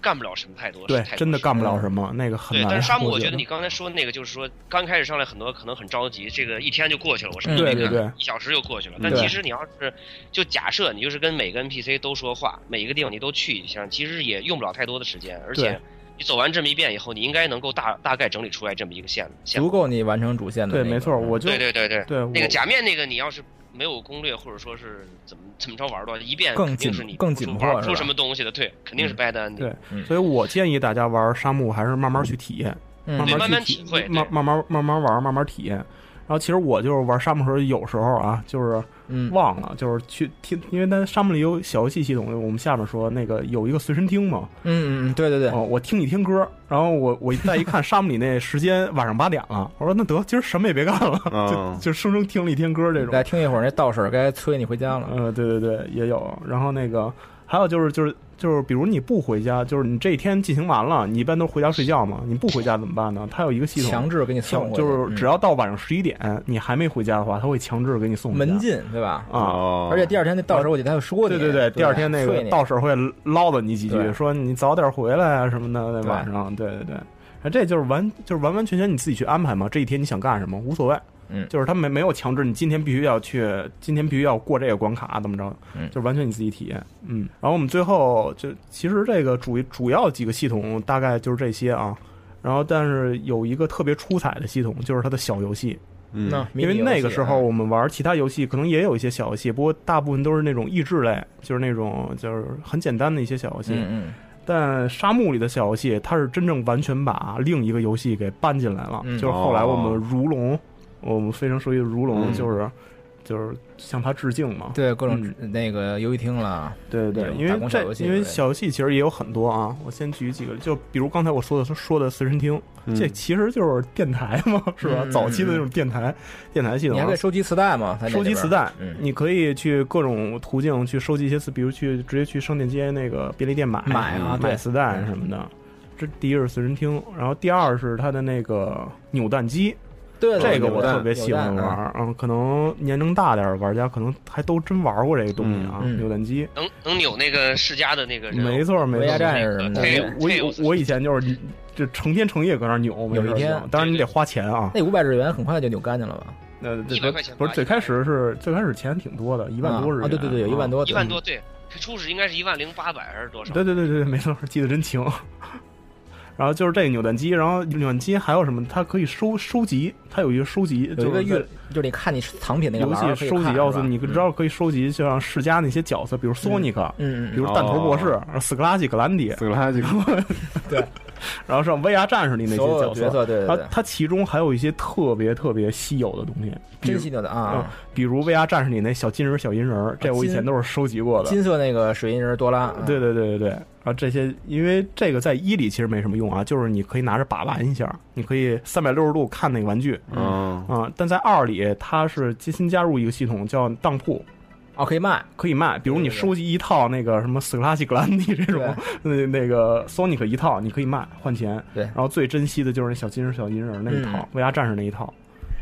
干不了什么太多，对太多真的事干不了什么，那个很对，难。但是沙漠，我觉觉得你刚才说那个，就是说刚开始上来很多可能很着急，这个一天就过去了，我什嗯么都没对干，对对一小时就过去了嗯。但对其实你要是就假设你就是跟每个 NPC 都说话，每一个地方你都去一下，其实也用不了太多的时间，而且对你走完这么一遍以后，你应该能够大大概整理出来这么一个线线足够你完成主线的那对个。嗯没错我就对对对对，对那我个假面那个，你要是没有攻略或者说是怎么怎么着玩的话，一遍更肯定紧是你更不出紧玩迫不出是什吧嗯么东西的，对，肯定是 bad ending。对，所以我建议大家玩沙漠还是慢慢去体验，嗯慢对慢慢去体体会慢慢慢慢慢玩，慢慢体验。然后其实我就是玩沙漠时候，有时候啊，就是嗯嗯忘了，就是去听，因为它沙漠里有小游戏系统，我们下面说那个有一个随身听嘛，嗯嗯嗯，对对对。哦，我听你听歌，然后我我再一看沙漠里那时间晚上八点了，我说那得今儿什么也别干了，嗯就就生生听了一天歌这种。来听一会儿，那道士该催你回家了。呃，对对对，也有。然后那个还有就是就是就是，比如你不回家，就是你这一天进行完了，你一般都是回家睡觉嘛，你不回家怎么办呢？它有一个系统强制给你送强回去就是嗯只要到晚上十一点、你还没回家的话，它会强制给你送回家门禁对吧？啊。哦而且第二天那道士，我记得他有说你，对对对，第二天那个到士，时候会唠叨你几句，对说你早点回来啊什么的，对哎晚上，对对对，啊这就是完就是完完全全你自己去安排嘛，这一天你想干什么无所谓，嗯，就是他没没有强制你今天必须要去，今天必须要过这个关卡怎么着，嗯就是完全你自己体验，嗯。然后我们最后就其实这个主主要几个系统大概就是这些啊，然后但是有一个特别出彩的系统就是它的小游戏，嗯那因为迷你游戏啊那个时候我们玩其他游戏可能也有一些小游戏，不过大部分都是那种益智类，就是那种就是很简单的一些小游戏，嗯嗯但沙漠里的小游戏，它是真正完全把另一个游戏给搬进来了，嗯哦就是后来我们如龙，我们非常熟悉的如龙，嗯就是就是向他致敬嘛。对各种嗯那个游戏厅了，对对因为这因为小游戏其实也有很多啊，我先举几个，就比如刚才我说的说的随身听，嗯这其实就是电台嘛，是吧？嗯早期的那种电台电台系统你啊，还可以收集磁带嘛，在那收集边磁带，嗯，你可以去各种途径去收集一些磁，比如去直接去商店街那个便利店买嗯买啊对买磁带什么的。这第一是随身听，然后第二是它的那个扭蛋机。对对这个扭我蛋特别喜欢扭玩蛋啊儿，嗯，可能年龄大点儿的玩家可能还都真玩过这个东西啊，嗯扭蛋机。能能扭那个世家的那个人偶，没错，没错，配嗯我我我以前就是就成天成夜搁那儿扭，没有一事儿天扭当然你得花钱啊。那五百日元很快就扭干净了吧？呃，一百块钱吧不是最开始是最开始钱挺多的，一万多日元啊对对对有一万多啊一万多，对，最初始应该是一万零八百还是多少？对对对对，没错，记得真清。 *laughs* 然后就是这个扭蛋机，然后扭蛋机还有什么？它可以收收集，它有一个收集，嗯有一个就是预，就是你看你藏品那个游栏儿戏可以收集看要是素，吧嗯你知道可以收集，就像世嘉那些角色，比如索尼克，嗯嗯嗯比如弹头博士哦、斯克拉西格兰迪、斯克拉西，对，然后像 VR 战士里那些所有角啊角色对对对它它其中还有一些特别特别稀有的东西，比真如稀有的啊嗯比如 VR 战士里那小金人、小银人儿，这我以前都是收集过的，金色那个水银人多拉，嗯对对对对对，啊，这些因为这个在一里其实没什么用啊，就是你可以拿着把玩一下，你可以三百六十度看那个玩具，嗯 *laughs* 啊，但在二里它是新加入一个系统叫当铺。哦，可以卖，可以卖。比如你收集一套那个什么斯克拉西格兰蒂这种，那 *laughs* 那个 Sonic 一套，你可以卖换钱。对然后最珍惜的就是那小金人、小银人那一套，嗯维亚战士那一套。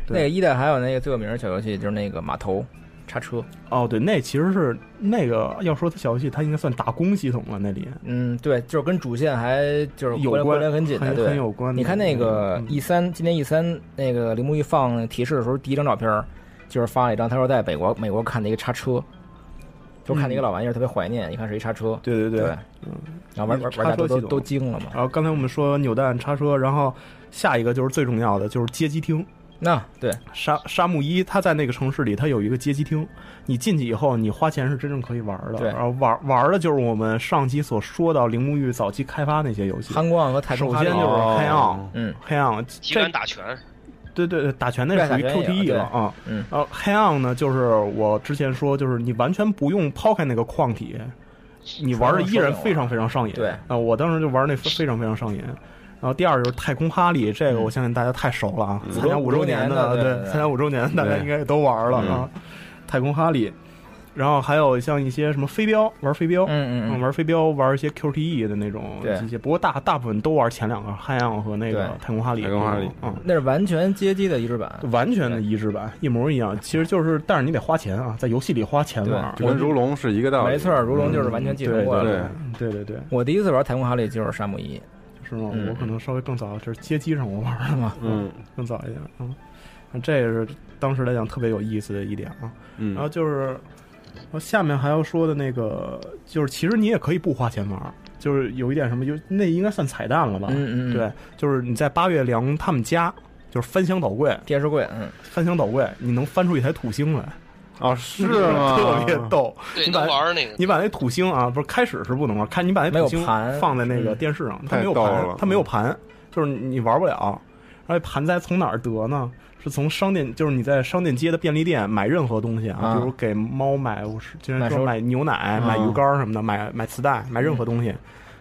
对那个一代还有那个最有名的小游戏就是那个码头叉车，哦，对，那其实是那个要说它小游戏，它应该算打工系统了，那里。嗯，对，就是跟主线还就是有关关联很紧的，很对，很有关的嗯你看那个 E 三，今年 E 三那个铃木一放提示的时候，第一张照片儿就是发了一张，他说在美国美国看的一个叉车，就看那嗯个老玩意儿特别怀念，一看是一叉车，对对对，嗯，然后玩玩玩叉家车都系都统嗯都惊了嘛，然后刚才我们说扭蛋、叉车，然后下一个就是最重要的，就是街机厅。那对沙沙漠一，它在那个城市里，它有一个街机厅。你进去以后，你花钱是真正可以玩的。对然后玩玩的就是我们上期所说到铃木玉早期开发那些游戏。韩光和太空首哈利先哦就是黑暗，嗯，黑暗极这端打拳，对对对，打拳那是属于对打拳也 QTE 有了啊。对嗯，然后黑暗呢，就是我之前说，就是你完全不用抛开那个矿体，你玩的依然非常非常上瘾。对啊、我当时就玩那非非常非常上瘾。然后第二就是太空哈利，这个我相信大家太熟了啊，参加嗯五五周周年年的对对对对，参加五周年大家对嗯应该也都玩了啊。太空哈利，然后还有像一些什么飞镖，玩飞镖，嗯嗯嗯玩飞镖，玩一些 QTE 的那种对机械。不过大大部分都玩前两个，汉阳和那个对太空哈利。太空哈利嗯，那是完全街机的移植版，完全的移植版，一模一样。其实就是，但是你得花钱啊，在游戏里花钱玩，就跟如龙是一个道理。没错儿，如龙就是完全继承过来的。嗯对对对，我第一次玩太空哈利就是沙漠一，是吗？嗯我可能稍微更早，就是街机上我玩的嘛，嗯，更早一点啊。嗯这也是当时来讲特别有意思的一点啊。嗯然后就是，然后下面还要说的那个，就是其实你也可以不花钱玩。就是有一点什么，就那应该算彩蛋了吧？嗯嗯嗯对，就是你在八月良他们家，就是翻箱倒柜、电视柜，嗯，翻箱倒柜，你能翻出一台土星来。啊，是吗 *laughs* 特别逗。对，你把能玩那个。你把那土星啊，不是开始是不能玩，看你把那土没有星盘放在那个电视上，它太没有逗盘了，嗯它没有盘，就是你玩不了。而且盘在从哪儿得呢？是从商店，就是你在商店街的便利店买任何东西啊，啊比如给猫买，我是经常买啊说手买牛奶、买鱼竿什么的，买买磁带、买任何东西，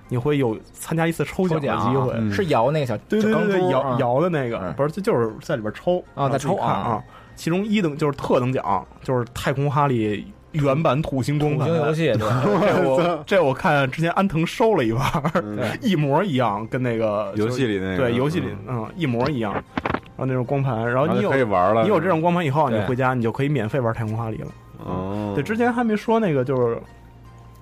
你会有参加一次抽嗯抽奖的奖啊嗯机会。是摇那个小对对小对钢对，珠摇啊摇的那个，不是，这就是在里边抽啊在自己抽啊看啊。其中一等就是特等奖，就是太空哈利原版土星光盘土星游戏对这我 *laughs* 这我看之前安藤收了一盘儿， *laughs* 一模一样，跟那个嗯游戏里那个对游戏里嗯一模一样，然后那种光盘，然后你有然后就啊可以玩了你有这种光盘以后，你对回家你就可以免费玩太空哈利了。哦，对，之前还没说那个就是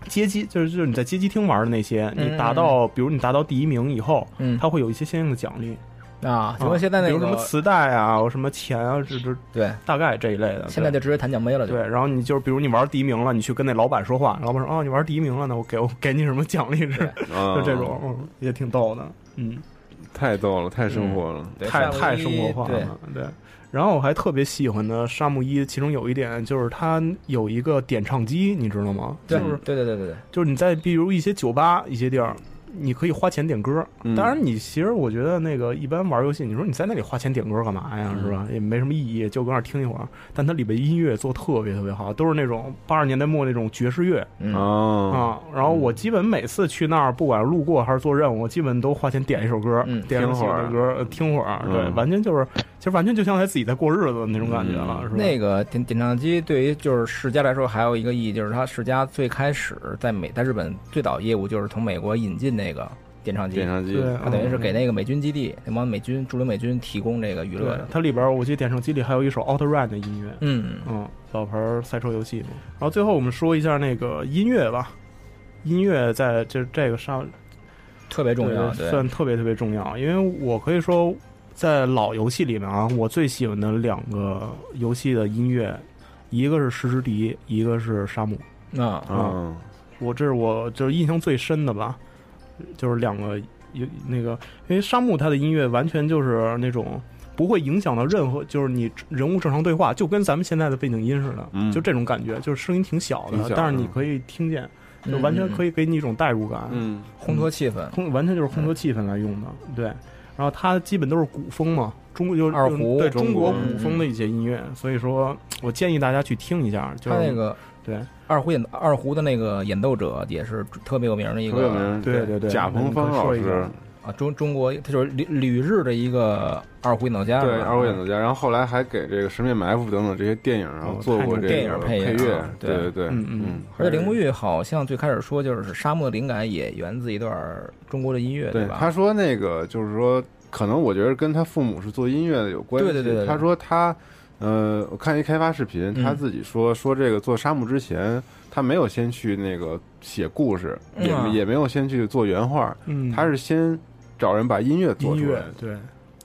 街机，就是就是你在街机厅玩的那些，嗯你达到，比如你达到第一名以后，嗯它会有一些相应的奖励。啊，就跟现在那比个如什么磁带啊，什么钱啊，这这对，大概这一类的。现在就直接弹奖杯了，对。然后你就是，比如你玩第一名了，你去跟那老板说话，老板说：“哦，你玩第一名了，那我给我给你什么奖励之类的？”啊就这种，嗯，也挺逗的，嗯，太逗了，太生活了，太太生活化了，对。然后我还特别喜欢的沙漠一，其中有一点就是它有一个点唱机，你知道吗？对就是对对对对对，就是你在比如一些酒吧、一些地儿，你可以花钱点歌。嗯当然，你其实我觉得那个一般玩游戏，你说你在那里花钱点歌干嘛呀？是吧？也没什么意义，就搁那儿听一会儿。但它里边音乐做特别特别好，都是那种八十年代末那种爵士乐。嗯啊哦，，然后我基本每次去那儿，不管路过还是做任务，我基本都花钱点一首歌，嗯点听上喜会欢儿的歌呃听会儿。对，嗯完全就是，其实完全就像在自己在过日子的那种感觉了，是吧？嗯那个点点唱机对于就是世嘉来说还有一个意义，就是它世嘉最开始在美在日本最早业务就是从美国引进那个点唱机，点唱机对它等于是嗯给那个美军基地那帮美军驻留美军提供这个娱乐对的，，它里边儿我记得点唱机里还有一首 Out Run 的音乐，嗯嗯，老牌儿赛车游戏嘛。然后最后我们说一下那个音乐吧，音乐在这这个上特别重要对对算特别特别重要，因为我可以说在老游戏里面啊，我最喜欢的两个游戏的音乐，一个是《石之笛》，一个是《沙漠》。啊哦嗯，我这是我就是印象最深的吧，就是两个有那个，因为沙漠它的音乐完全就是那种不会影响到任何，就是你人物正常对话，就跟咱们现在的背景音似的，嗯就这种感觉，就是声音挺小的，挺小的但是你可以听见，就完全可以给你一种代入感，嗯，烘托气氛，烘完全就是烘托气氛来用的，对。然后它基本都是古风嘛，中国就是二胡对中中国国古风的一些音乐，所以说我建议大家去听一下，就是它那个对。二胡演二胡的那个演奏者也是特别有名的一特个别有名，对对对贾鹏那芳你可以老说一师下，啊，中中国他就是旅旅日的一个二胡演奏家，对是吧二胡演奏家，然后后来还给这个《十面埋伏》等等这些电影，哦然后做过这电影个啊配乐，乐，对对对，嗯，而且铃木玉好像最开始说，就是沙漠的灵感也源自一段中国的音乐，对，吧？他说那个就是说，可能我觉得跟他父母是做音乐的有关系。对对对对对他说他，呃，我看一开发视频，嗯他自己说、说这个做沙漠之前，他没有先去那个写故事，嗯啊也也没有先去做原画，嗯他是先找人把音乐做音出来乐。对，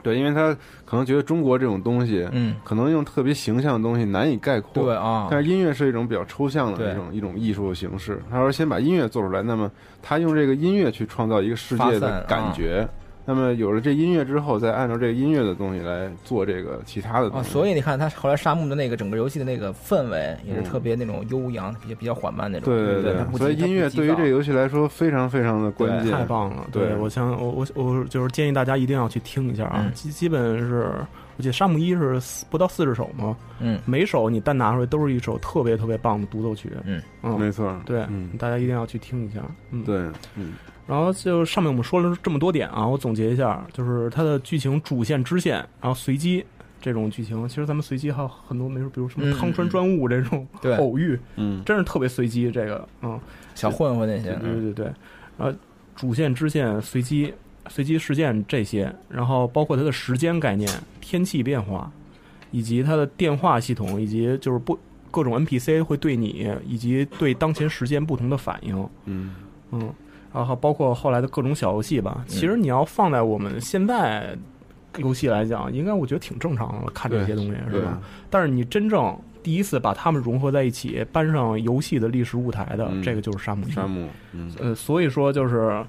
对，因为他可能觉得中国这种东西，嗯，可能用特别形象的东西难以概括，对啊但是音乐是一种比较抽象的对一种一种艺术形式。他说先把音乐做出来，那么他用这个音乐去创造一个世界发散的感觉。那么有了这音乐之后，再按照这个音乐的东西来做这个其他的啊，东西。所以你看他后来沙漠的那个整个游戏的那个氛围也是特别那种悠扬，比较比较缓慢那种，对对对它不急所以它不音乐急对于躁这个游戏来说非常非常的关键，太棒了！对，我想我我我就是建议大家一定要去听一下啊，基基本是我记得沙漠一是四不到四十首嘛，嗯，每首你单拿出来都是一首特别特别棒的独奏曲，嗯嗯，没错，对，大家一定要去听一下，嗯，对，嗯，然后就上面我们说了这么多点啊，我总结一下，就是它的剧情主线、支线，然后随机这种剧情，其实咱们随机还有很多，没准比如什么嗯汤川专务这种对偶遇，嗯，真是特别随机。这个，嗯，小混混那些嗯对对对对，呃，主线、支线、随机、随机事件这些，然后包括它的时间概念、天气变化，以及它的电话系统，以及就是不各种 NPC 会对你以及对当前时间不同的反应，嗯嗯，然后包括后来的各种小游戏吧。其嗯实你要放在我们现在游戏来讲，应该我觉得挺正常的了，看这些东西对是嗯吧？但是你真正第一次把它们融合在一起，搬上游戏的历史舞台的，这个就是沙漠。嗯沙漠，嗯，呃，所以说就是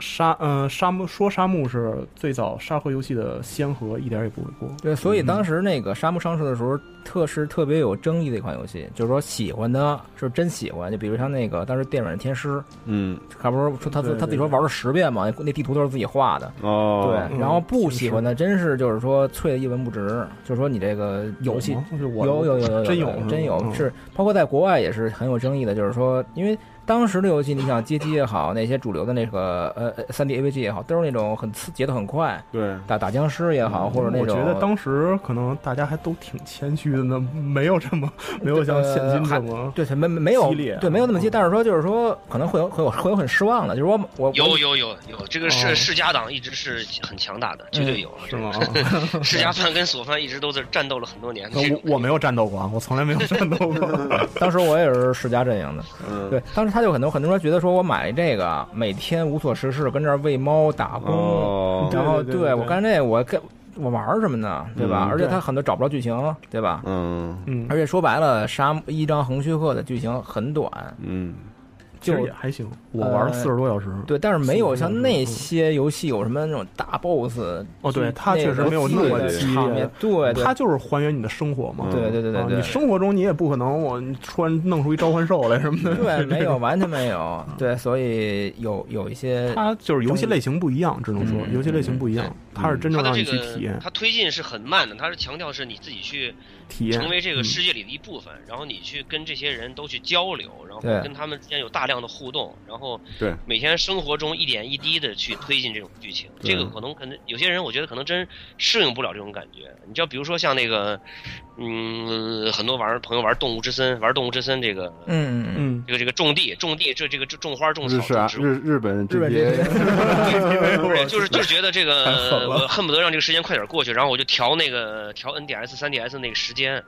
沙，呃，沙漠说沙漠是最早沙盒游戏的先河，一点儿也不为过。对，所以当时那个《沙漠上市》的时候，特是特别有争议的一款游戏，就是说喜欢它，就是真喜欢。就比如像那个当时电软天师，嗯，他不是说他对对嗯他自己说玩了十遍嘛，那地图都是自己画的。哦，对，然后不喜欢的真是就是说啐的一文不值，就是说你这个游戏有吗就是我有有有有真有有是吗真有嗯是，包括在国外也是很有争议的，就是说因为当时的游戏，你想街机也好，那些主流的那个呃三 D AVG 也好，都是那种很刺节奏很快，对，打打僵尸也好，或者那嗯我种觉得当时可能大家还都挺谦虚的呢，没有这么没有像现今这么、呃还对没没没有激烈对没有那么激烈，但是说就是说可能会有会有会有很失望的，就是我我有我有有有，这个世世家党一直是很强大的，绝对有。哦啊嗯是吗？哦 *laughs* 世家饭跟索饭一直都在战斗了很多 *laughs* 年，呃 *laughs* 我我没有战斗过，啊，我从来没有战斗过。当时我也是世家阵营的，嗯对，当时他就很多很多人觉得说我买这个每天无所事事，跟这儿喂猫打工，哦然后对对对对我干这个我干我玩儿什么呢？对吧？嗯而且对他很多找不着剧情，对吧？嗯嗯而且说白了，沙漠一张横须贺的剧情很短，嗯，其就实也还行，我玩呃四十多小时。对，但是没有40像那些游戏有什么那种大 boss 哦，对，它那确实种没有那么刺激激场烈面，，对，对嗯它就是还原你的生活嘛。对对对对啊对你生活中你也不可能我突然弄出一召唤兽来什么 *laughs* 的。对，没有，完全没有，对，所以有有一些它就是游戏类型不一样，只能说嗯游戏类型不一样，它是真它正的让这你去体个验它推进是很慢的，它是强调是你自己去体验嗯成为这嗯个世界里的一部分，然后你去跟这些人都去交流，然后对跟他们之间有大量的互动，然后对每天生活中一点一滴的去推进这种剧情。对这个可能可能有些人我觉得可能真适应不了这种感觉。你知道，比如说像那个，嗯，很多玩儿朋友玩《动物之森》，玩《动物之森》这个。嗯嗯这个这个种地种地这这个种种花种日式啊草种植物日日本这些，*laughs* 不是，就是就是觉得这太狠个了我恨不得让这个时间快点过去，然后我就调那个调 NDS、3DS 那个时间，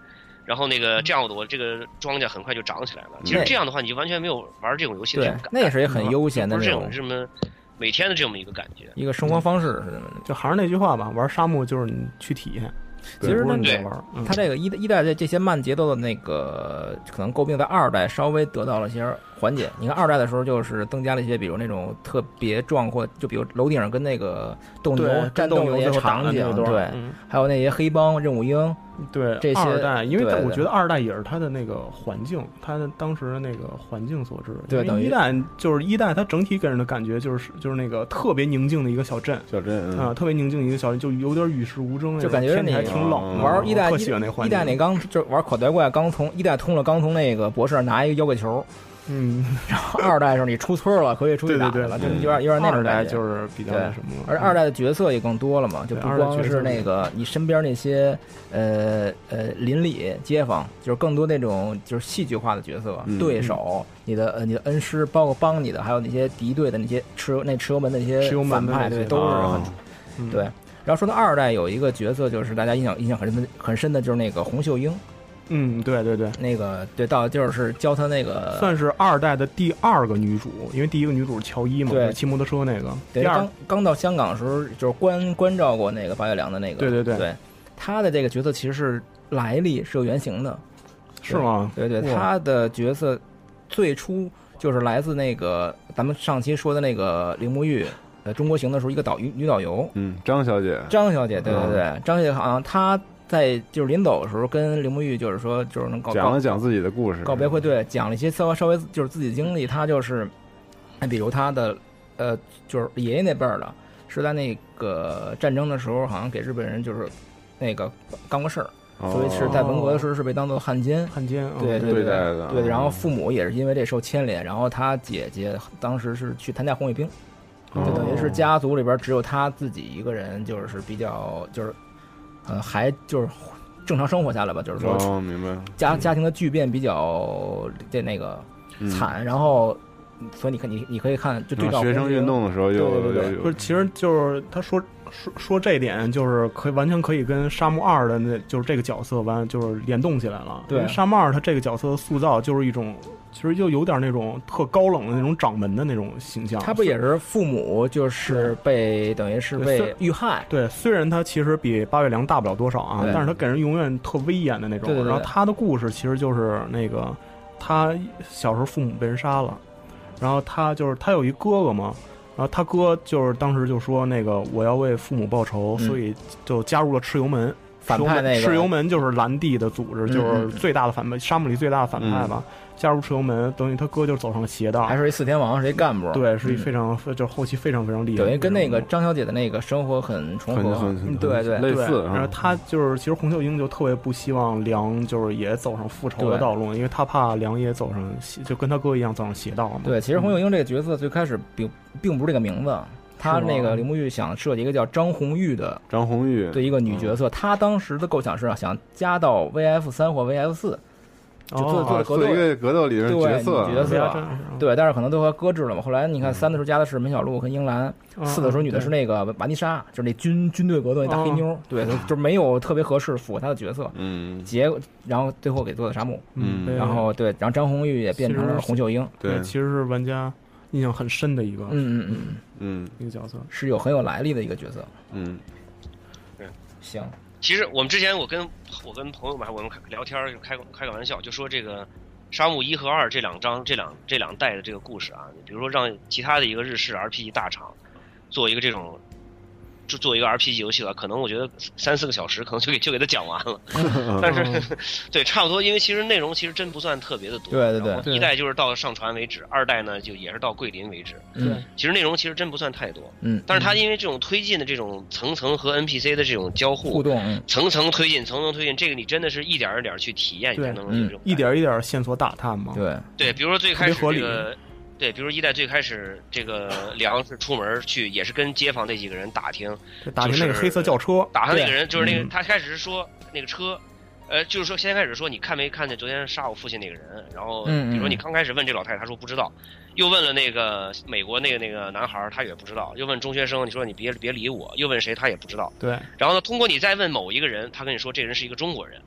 然后那嗯个这样我这个庄稼很快就长起来了。其实对这样的话，你就完全没有玩这种游戏的这对种，感，嗯那也是一个很悠闲的不是这这种种什么每天的这么一个感觉。一个生活方式是什么的。就还是那句话吧，玩沙漠就是你去体验，其实不那是你个在玩。嗯它这个一一代这这些慢节奏的那个可能诟病，在二代稍微得到了些缓解。你看二代的时候，就是增加了一些，比如那种特别壮阔，就比如楼顶上跟那个斗牛对战斗斗的牛那最些后打场的那景，段对，嗯还有那些黑帮任务鹰，对这些二代，因为对它对我觉得二代也是它的那个环境，它的当时的那个环境所致。对因等为于一代就是一代，它整体给人的感觉就是就是那个特别宁静的一个小镇小镇啊，嗯特别宁静的一个小镇，就有点与世无争那种，就感觉天你气还挺冷的。玩一代嗯我特一喜欢那环一境代那刚就是玩口袋怪，刚从一代通了，刚从那个博士那儿拿一个妖怪球，嗯，然后 *laughs* 二代的时候你出村了，可以出去对打对去对了，就嗯有点有点那种二代感觉就是比较对那什么了而嗯二代的角色也更多了嘛，就对不二代光角是色那个你身边那些呃呃邻里街坊，就是更多那种就是戏剧化的角色，嗯对手、你的呃你的恩师，包括帮你的，还有那些敌对的那些蚩尤那蚩尤门的那些蚩尤反门的派，那对，些都是很、哦嗯对。然后说到二代有一个角色，就是大家印象印象很深的很深的，就是那个红秀英，嗯，对对对，那个对，到就是教他那个算是二代的第二个女主，因为第一个女主是乔伊嘛，对就是骑摩托车那个。对，第二刚刚到香港的时候，就是关关照过那个八月良的那个，对对对对他的这个角色其实是来历是有原型的，是吗？对对，哇他的角色最初就是来自那个咱们上期说的那个铃木玉，呃，中国行的时候一个导女女导游嗯，张小姐，张小姐，对对嗯对，张小姐好像她在就是临走的时候跟铃木玉就是说就是能搞讲搞了讲自己的故事，告别会对讲了一些稍微稍微就是自己的经历，他就是，那比如他的呃，就是爷爷那辈儿的，是在那个战争的时候，好像给日本人就是那个干过事儿，哦，所以是在文革的时候是被当做汉奸。汉奸，嗯对对对对待的对，嗯然后父母也是因为这受牵连，然后他姐姐当时是去参加红卫兵，哦就等于是家族里边只有他自己一个人，就是比较就是，呃，还就是正常生活下来吧，就是说哦，明白了，家家庭的巨变比较这那个嗯惨，然后所以你看你你可以看就对然照后学生运动的时候又对对对又不是，其实就是他说说说这一点，就是可以完全可以跟沙漠二的那就是这个角色完就是联动起来了。对因为沙漠二他这个角色的塑造就是一种，其实就有点那种特高冷的那种掌门的那种形象。他不也是父母就是被等于是被对是遇害，对，虽然他其实比八月良大不了多少啊对，但是他给人永远特威严的那种。对对对然后他的故事其实就是那个，他小时候父母被人杀了，然后他就是他有一哥哥嘛，然后他哥就是当时就说那个我要为父母报仇，嗯所以就加入了蚩尤门。反派那个蚩尤门蚩尤门就是蓝帝的组织，嗯就是嗯最大的反派，沙漠里最大的反派吧。加入蚩尤门，等于他哥就走上了邪道还。是一四天王是一干部，对，是一嗯非常、就是后期非常非常厉害等的于种。跟那个张小姐的那个生活很重很合，嗯很很对对类对，似啊，然后他就是，其实洪秀英就特别不希望梁就是也走上复仇的对道路，因为他怕梁也走上邪，就跟他哥一样走上邪道嘛。对，其实洪秀英这个角色最开始并并不是这个名字，她是吗那个铃木玉想设计一个叫张红玉的张红玉嗯对一个女角色，她当时的构想是啊想加到 VF 三或 VF 四，就哦做做啊格做斗一个格斗里面对角色女角啊色真是，嗯对，但是可能都和搁置了嘛。后来你看三的时候加的是梅小璐和英兰，嗯四的时候女的是那个瓦妮莎，就是那军军队格斗那大黑妞嗯，对，就是没有特别合适符合她的角色。嗯，结果然后最后给做的沙漠，嗯对然后对，然后张红玉也变成了其实洪秀英，其实是玩家印象很深的一个，嗯嗯嗯嗯，一个角色是有很有来历的一个角色。嗯，行，其实我们之前我跟我跟朋友们还我们聊天儿就开开个玩笑，就说这个《沙漠一》和《二》这两章这两这两代的这个故事啊，比如说让其他的一个日式 RPG 大厂做一个这种。就做一个 RPG 游戏的话，可能我觉得三四个小时可能就给就给它讲 *laughs* 完了，但是对差不多，因为其实内容其实真不算特别的多。对对对然后一代就是到上传为止，二代呢就也是到桂林为止。嗯其实内容其实真不算太多。嗯，但是它因为这种推进的这种层层和 NPC 的这种交互啊互动嗯层层推进，层层推进，这个你真的是一点儿一点儿去体验，你才对能有这嗯种。一点一点线索打探哦嘛，对对，比如说最开始特别这合嗯个，对，比如一代最开始 *laughs* 这个梁是出门去，也是跟街坊那几个人打听，就打听那就个是黑色轿车，打他那个对人就是那个，嗯他开始是说那个车，呃，就是说先开始说你看没看见昨天杀我父亲那个人，然后嗯嗯比如说你嗯刚开始问这老太太，她说不知道，又问了那个美国那个那个男孩儿，他也不知道，又问中学生，你说你别别理我，又问谁他也不知道，对，然后呢，通过你再问某一个人，他跟你说这人是一个中国人，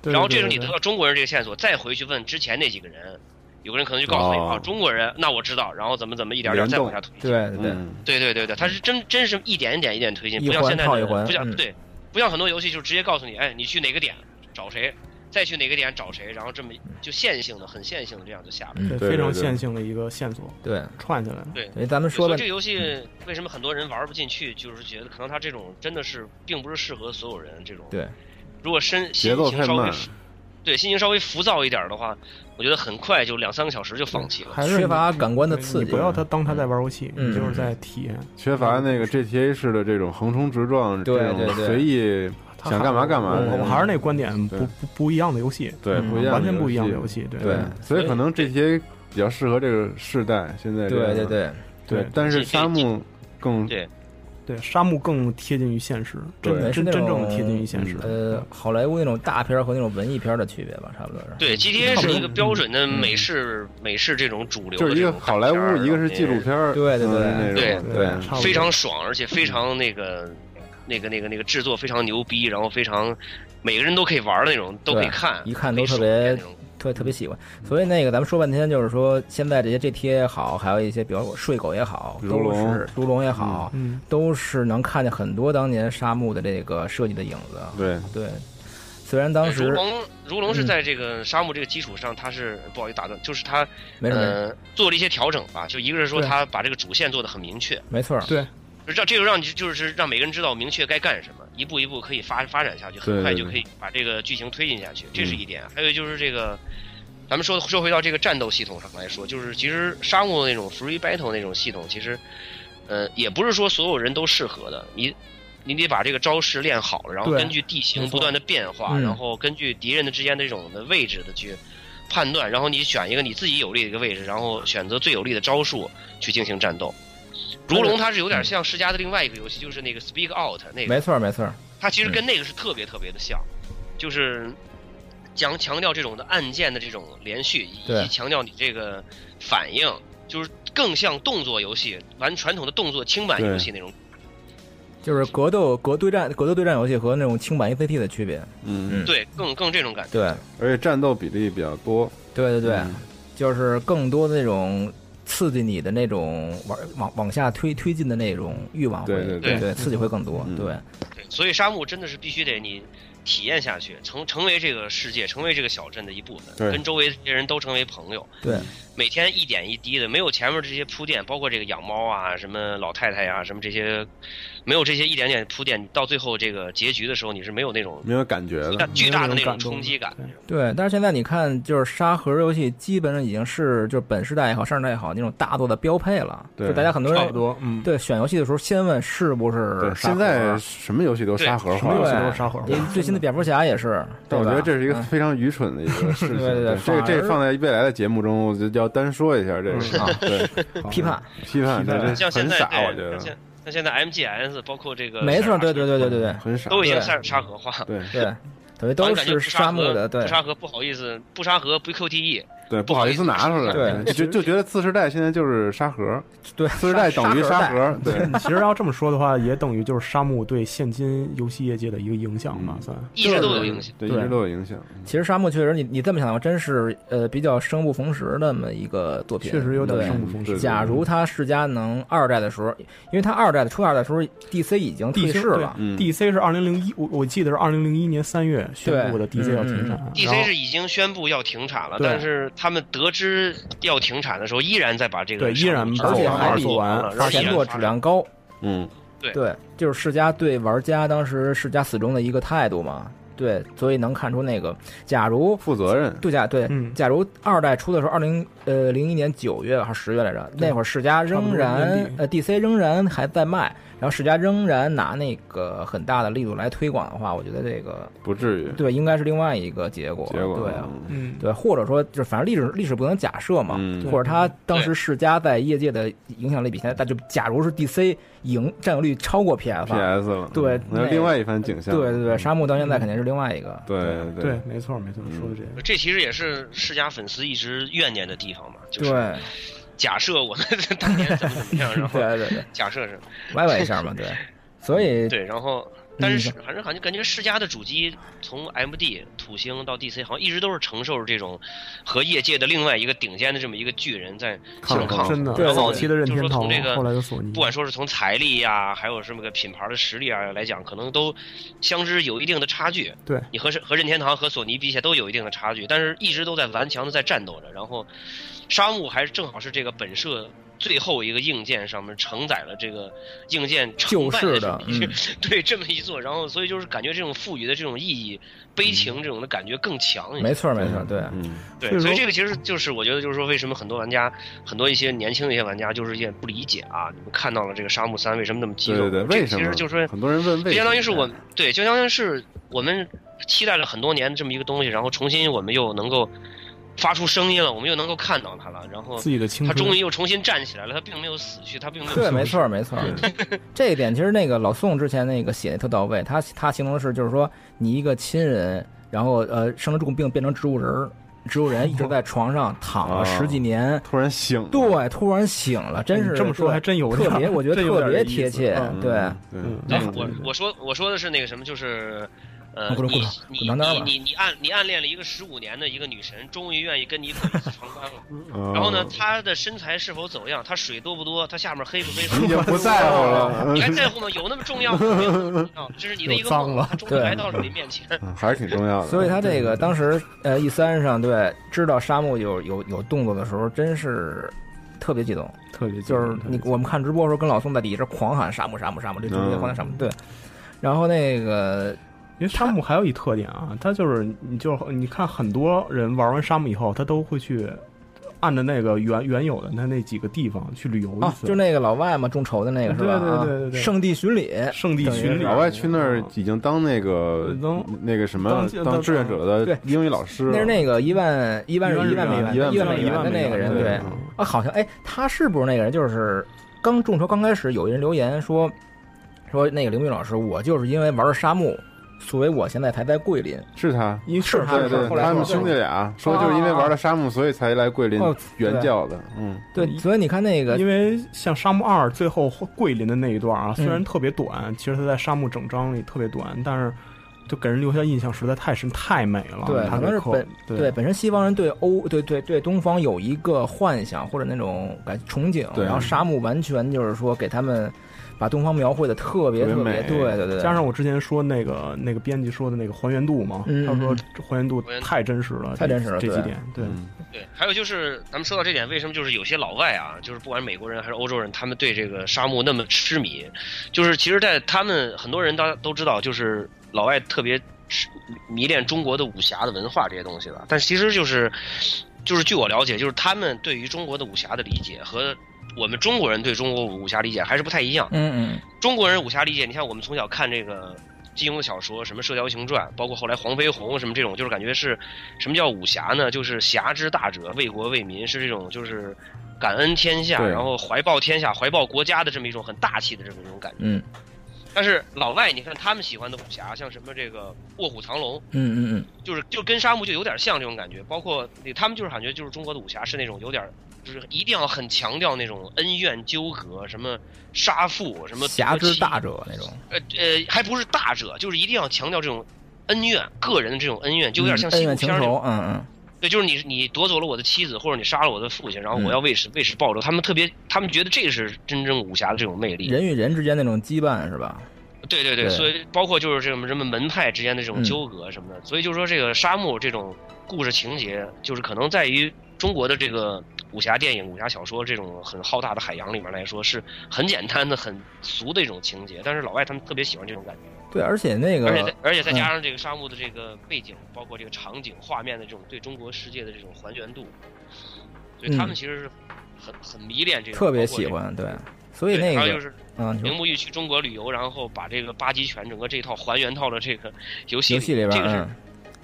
对然后对这时候对你对得到中国人这个线索，再回去问之前那几个人，有个人可能就告诉你、哦啊，中国人，那我知道，然后怎么怎么一点儿点联儿再动往下推。，对对嗯对，嗯对对对对，它是真真是一点一点一点推进，一不像环现在套一的环不嗯像对，不像很多游戏就直接告诉你，哎，你去哪个点找谁，再去哪个点找谁，然后这么就线性的，很线性的这样就下来了。对非常线性的一个线索，对，哎串起来了，对，咱们说所了以这个游戏为什么很多人玩不进去，就是觉得可能它这种真的是并不是适合所有人这种。对，如果身节心奏情太稍微慢，对心情稍微浮躁一点的话，我觉得很快就两三个小时就放弃了。还是你缺乏感官的刺激你不要他当他在玩游戏，嗯你就是在体验。缺乏那个 GTA 式的这种横冲直撞，对这种对对随意他想干嘛干嘛。我我还是那观点，不不不一样的游戏，对，嗯不一样的游戏，完全不一样的游戏，对所以可能 GTA 比较适合这个世代，现在这个对对对对对，但是沙漠更对对，沙漠更贴近于现实，真对真是真那种正贴近于现实。呃，好莱坞那种大片儿和那种文艺片儿的区别吧，嗯差不多嗯是。对 GTA 是一个标准的美式美式这种主流就的是一这个种好莱坞，一个是纪录片儿，对对对嗯那对种非常爽，而且非常那个那个那个那个制作非常牛逼，然后非常每个人都可以玩的那种，都可以对看，一看都特别特特别喜欢。所以那个咱们说半天，就是说现在这些 GTA 也好，还有一些比如睡狗也好，如都龙是如龙也好，嗯都是能看见很多当年沙漠的这个设计的影子。对对，虽然当如时龙，如龙是嗯在这个沙漠这个基础上，它是不好意思打断，就是它没事没事呃做了一些调整吧。就一个是说对它把这个主线做得很明确，没错儿，对就让这个让你就是让每个人知道明确该干什么，一步一步可以发发展下去，对很快对就可以把这个剧情推进下去，这嗯是一点。还有就是这个，咱们说说回到这个战斗系统上来说，就是其实沙漠那种 free battle 那种系统，其实呃也不是说所有人都适合的，你。你得把这个招式练好了，然后对根据地形没错不断的变化，嗯然后根据敌人的之间的这种的位置的去判断，然后你选一个你自己有利的一个位置，然后选择最有利的招数去进行战斗。如龙它是有点像世嘉的另外一个游戏，就是那个 Speak Out 那个，嗯没嗯错儿没错儿，它其实跟那个是特别特别的像，就是强强调这种的按键的这种连续，以对及强调你这个反应，就是更像动作游戏，玩传统的动作轻板游戏那种。就是格斗格对战格斗对战游戏和那种轻版 ACT 的区别。嗯，对，更更这种感觉。对，而且战斗比例比较多，对对对，嗯就是更多的那种刺激你的那种往往往下推推进的那种欲望会，对对对刺激会更多，嗯对对，所以沙漠真的是必须得你体验下去，成成为这个世界，成为这个小镇的一部分，对跟周围这些人都成为朋友。对，每天一点一滴的，没有前面这些铺垫，包括这个养猫啊、什么老太太呀、什么这些，没有这些一点点铺垫，到最后这个结局的时候，你是没有那种没有感觉的，巨大的那种冲击感。对。但是现在你看，就是沙盒游戏基本上已经是就是本世代也好，上世代也好那种大作的标配了，对就大家很多人差不多嗯对选游戏的时候先问是不是沙对，盒现在什么游戏都沙盒化，对啊你最新的蝙蝠侠也是，但我对吧觉得这是一个嗯非常愚蠢的一个事情。对对对这个反这而个放在未来的节目中，我就要单说一下这个事嗯情啊。对，批判批判，对，这像现很在傻，对我觉得像。现像现在 MGS 包括这个没塞错，尔达对对对对对对，很傻都已经沙沙盒化了。对对。等于然都后感觉是不沙漠河的，对不，沙河不好意思，不沙河不 E，QTE，对，不好意思拿出来，对就就觉得次世代现在就是沙盒，对，次世代等于沙沙盒， *laughs* 对， *laughs* 其实要这么说的话，也等于就是沙漠对现今游戏业界的一个影响吧，算一直都有影响对，一直都有影响。其实沙漠确实，你你这么想的话，真是呃比较生不逢时那么一个作品，确实有点对生不逢时假如他世嘉能二代的时候，因为他二代的出二代的时候，DC 已经退 DC 市了，嗯对 DC 是二零零一，我我记得是二零零一年三月宣嗯布的 DC 要停产。然后 DC 是已经宣布要停产了，对但是他们得知要停产的时候，依然在把这个对依然产品而且做还了比做完了，然后依前然作质量高，嗯，对对，就是世嘉对玩家当时世嘉死忠的一个态度嘛。对，所以能看出那个，假如负责任，对假啊对，嗯假如二代出的时候，二零呃零一年九月还是十月来着，对那会儿世嘉仍差不多然年呃 DC 仍然还在卖，然后世嘉仍然拿那个很大的力度来推广的话，我觉得这个不至于。对应该是另外一个结果，结果对啊，嗯，对，或者说就是反正历史历史不能假设嘛，嗯或者他当时世嘉在业界的影响力比现在大，就假如是 DC 赢占有率超过 PS PS 了，对，那那是另外一番景象。对对对，沙漠到现在肯定是另外一个，对对对，没错没错，说的这个。这其实也是世家粉丝一直怨念的地方嘛，就对 *laughs* 是假设我们 *laughs* 当年怎么怎么样，然后对对对假设是歪歪一下嘛，对，所以对，然后但是反正好像感觉世嘉的主机从 MD 土星到 DC 好像一直都是承受着这种和业界的另外一个顶尖的这么一个巨人在相抗，真的，然后早期的任就是天说堂从这，个后来有索尼不，管说是从财力呀、还有什么个品牌的实力啊来讲，可能都相知有一定的差距。对你和和任天堂和索尼比起来都有一定的差距，但是一直都在顽强的在战斗着。然后，沙漠还是正好是这个本社最后一个硬件上面承载了这个硬件成旧败式这的嗯么一 *laughs* 对这么一座，然后所以就是感觉这种赋予的这种意义、悲情这种的感觉更强一些。没错没错，对，嗯嗯对，所以这个其实就是我觉得，就是说为什么很多玩家，很多一些年轻的一些玩家，就是也不理解啊，你们看到了这个《沙漠三》为什么那么激对动？对对，这为什其么？实就是很多人问就为什么，相当于是我们对，就相当于是我们期待了很多年这么一个东西，然后重新我们又能够发出声音了，我们又能够看到它了，然后自己的青春它终于又重新站起来了，它并没有死去，它并没有对，死去没错，没错。 *laughs* 这一点其实那个老宋之前那个写的特到位，他他形容的是就是说你一个亲人，然后呃生了重病变成植物人儿，植物人一直在床上躺了十哦几年，突然醒，对，突然醒了，真哎是你这么说对还真有点特别，我 *laughs* 觉得真有特别点意思贴切嗯，对对，嗯哎，我我说我说的是那个什么，就是。呃，啊你咕噜咕噜你滚床单你吧你你暗你暗恋了一个十五年的一个女神，终于愿意跟你滚一次床单嗯了。然后哦呢，她的身材是否走样，她水多不多，她下面黑不黑， *laughs* 已经不在乎 *laughs* *laughs* 了你还在乎吗？有那么重要吗？没有那么重要这是你的一个 *laughs* 又脏梦了，她终于来到了你面前。还是挺重要的。所以嗯他这个当时呃 E 三上对知道沙漠有有有动作的时候，真是特别激动，特别就是你我们看直播的时候跟老宋在底下狂喊沙漠沙漠沙漠，这直嗯接狂喊沙漠对，然后那个因为沙漠还有一特点啊，它就是你就是你看很多人玩完沙漠以后，他都会去按着那个原原有的那那几个地方去旅游一啊次，就那个老外嘛众筹的那个是吧？对对对对对啊圣地巡礼，圣地啊等于是老外去那儿已经当那个那个什么嗯当当志愿者的英语老师了，那是那个一万一万一万美啊元一万一万美元的美元那个人，对对啊，好像哎，他是不是那个人？就是刚众筹刚开始，有一人留言说说那个刘明老师，我就是因为玩沙漠，所以我现在才在桂林。是他，因为是他对是对，后来他们说兄弟俩说就是因为玩了沙漠，所以才来桂林哦援教的，嗯，对，所以你看那个，因为像《沙漠二》最后桂林的那一段啊，虽然嗯特别短，其实它在《沙漠》整章里特别短，但是就给人留下印象实在太深、太美了。对，它可能这是刻本对对本身西方人对欧对对对东方有一个幻想或者那种感憧憬，对然后沙漠完全就是说给他们把东方描绘的特别特别对对对对，加上我之前说那个那个编辑说的那个还原度嘛，嗯他说这还原度太真实了，太真实了这这对几点对。嗯对，还有就是咱们说到这点，为什么就是有些老外啊，就是不管美国人还是欧洲人，他们对这个沙漠那么痴迷，就是其实，在他们很多人大家都知道，就是老外特别痴迷恋中国的武侠的文化这些东西吧，但其实就是就是据我了解，就是他们对于中国的武侠的理解和我们中国人对中国武侠理解还是不太一样。嗯嗯，中国人武侠理解，你看我们从小看这个金庸的小说，什么《射雕英雄传》，包括后来黄飞鸿什么这种，就是感觉是什么叫武侠呢？就是侠之大者，为国为民，是这种就是感恩天下，对然后怀抱天下、怀抱国家的这么一种很大气的这么一种感觉。嗯，但是老外，你看他们喜欢的武侠，像什么这个卧虎藏龙，嗯嗯就是就跟沙漠就有点像这种感觉。包括他们就是感觉就是中国的武侠是那种有点，就是一定要很强调那种恩怨纠葛，什么杀父，什么嗯，侠夺之妻大者那种，呃呃，还不是大者，就是一定要强调这种恩怨，个人的这种恩怨，就有点像嗯恩西部怨情片儿那仇种。，嗯对，就是你你夺走了我的妻子，或者你杀了我的父亲，然后我要嗯为此为此报仇。他们特别，他们觉得这是真正武侠的这种魅嗯，力。人与人之间那种羁绊是吧？对对对，对所以包括就是这种什么门派之间的这种嗯纠葛什么的，所以就是说这个沙漠这种故事情节，就是可能在于中国的这个武侠电影、武侠小说这种很浩大的海洋里面来说，是很简单的、很俗的一种情节，但是老外他们特别喜欢这种感觉。对，而且那个，而且再而且再加嗯上这个沙漠的这个背景，包括这个场景、画面的这种对中国世界的这种还原度，所以他们嗯其实是很很迷恋这个，特别包括喜这个欢，对，所以那然后个就是啊，你铃说木玉去中国旅游，然后把这个八极拳整个这一套还原到了这个游戏游戏里边这个是、嗯。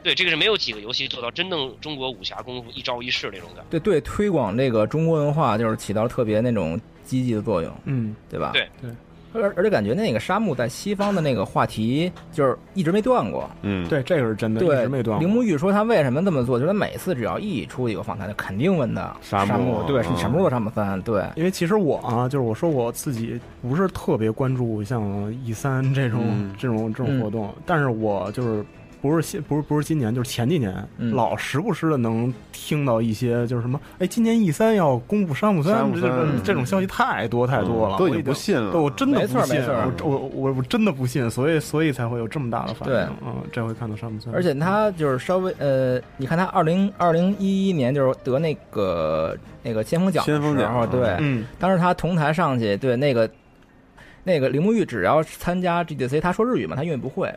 对这个是没有几个游戏做到真正中国武侠功夫一招一式那种感觉。对对，推广这个中国文化就是起到特别那种积极的作用，嗯，对吧？对对，而而且感觉那个沙漠在西方的那个话题就是一直没断过，嗯，对，这个是真的，一对直没断过。铃木玉说他为什么这么做，就是他每次只要一出一个访谈，他肯定问的沙漠漠，对，嗯你什么时候做沙漠三？对，因为其实我啊，就是我说我自己不是特别关注像 E 三这种、嗯这种这种活动，但是我就是不是新不是不是今年，就是前几年，嗯老时不时的能听到一些就是什么，哎，今年 E 三要公布山姆山姆这种森嗯这种消息太多太多了，嗯都已我经不信了对我真的没不错信，没错我我我我真的不信，所以所以才会有这么大的反应。对嗯，这回看到山姆森，而且他就是稍微呃，你看他二零二零一一年就是得那个那个先锋奖的先锋时奖候啊对，嗯当时他同台上去，对那个那个铃木玉只要参加 GDC，他说日语嘛，他英语不会，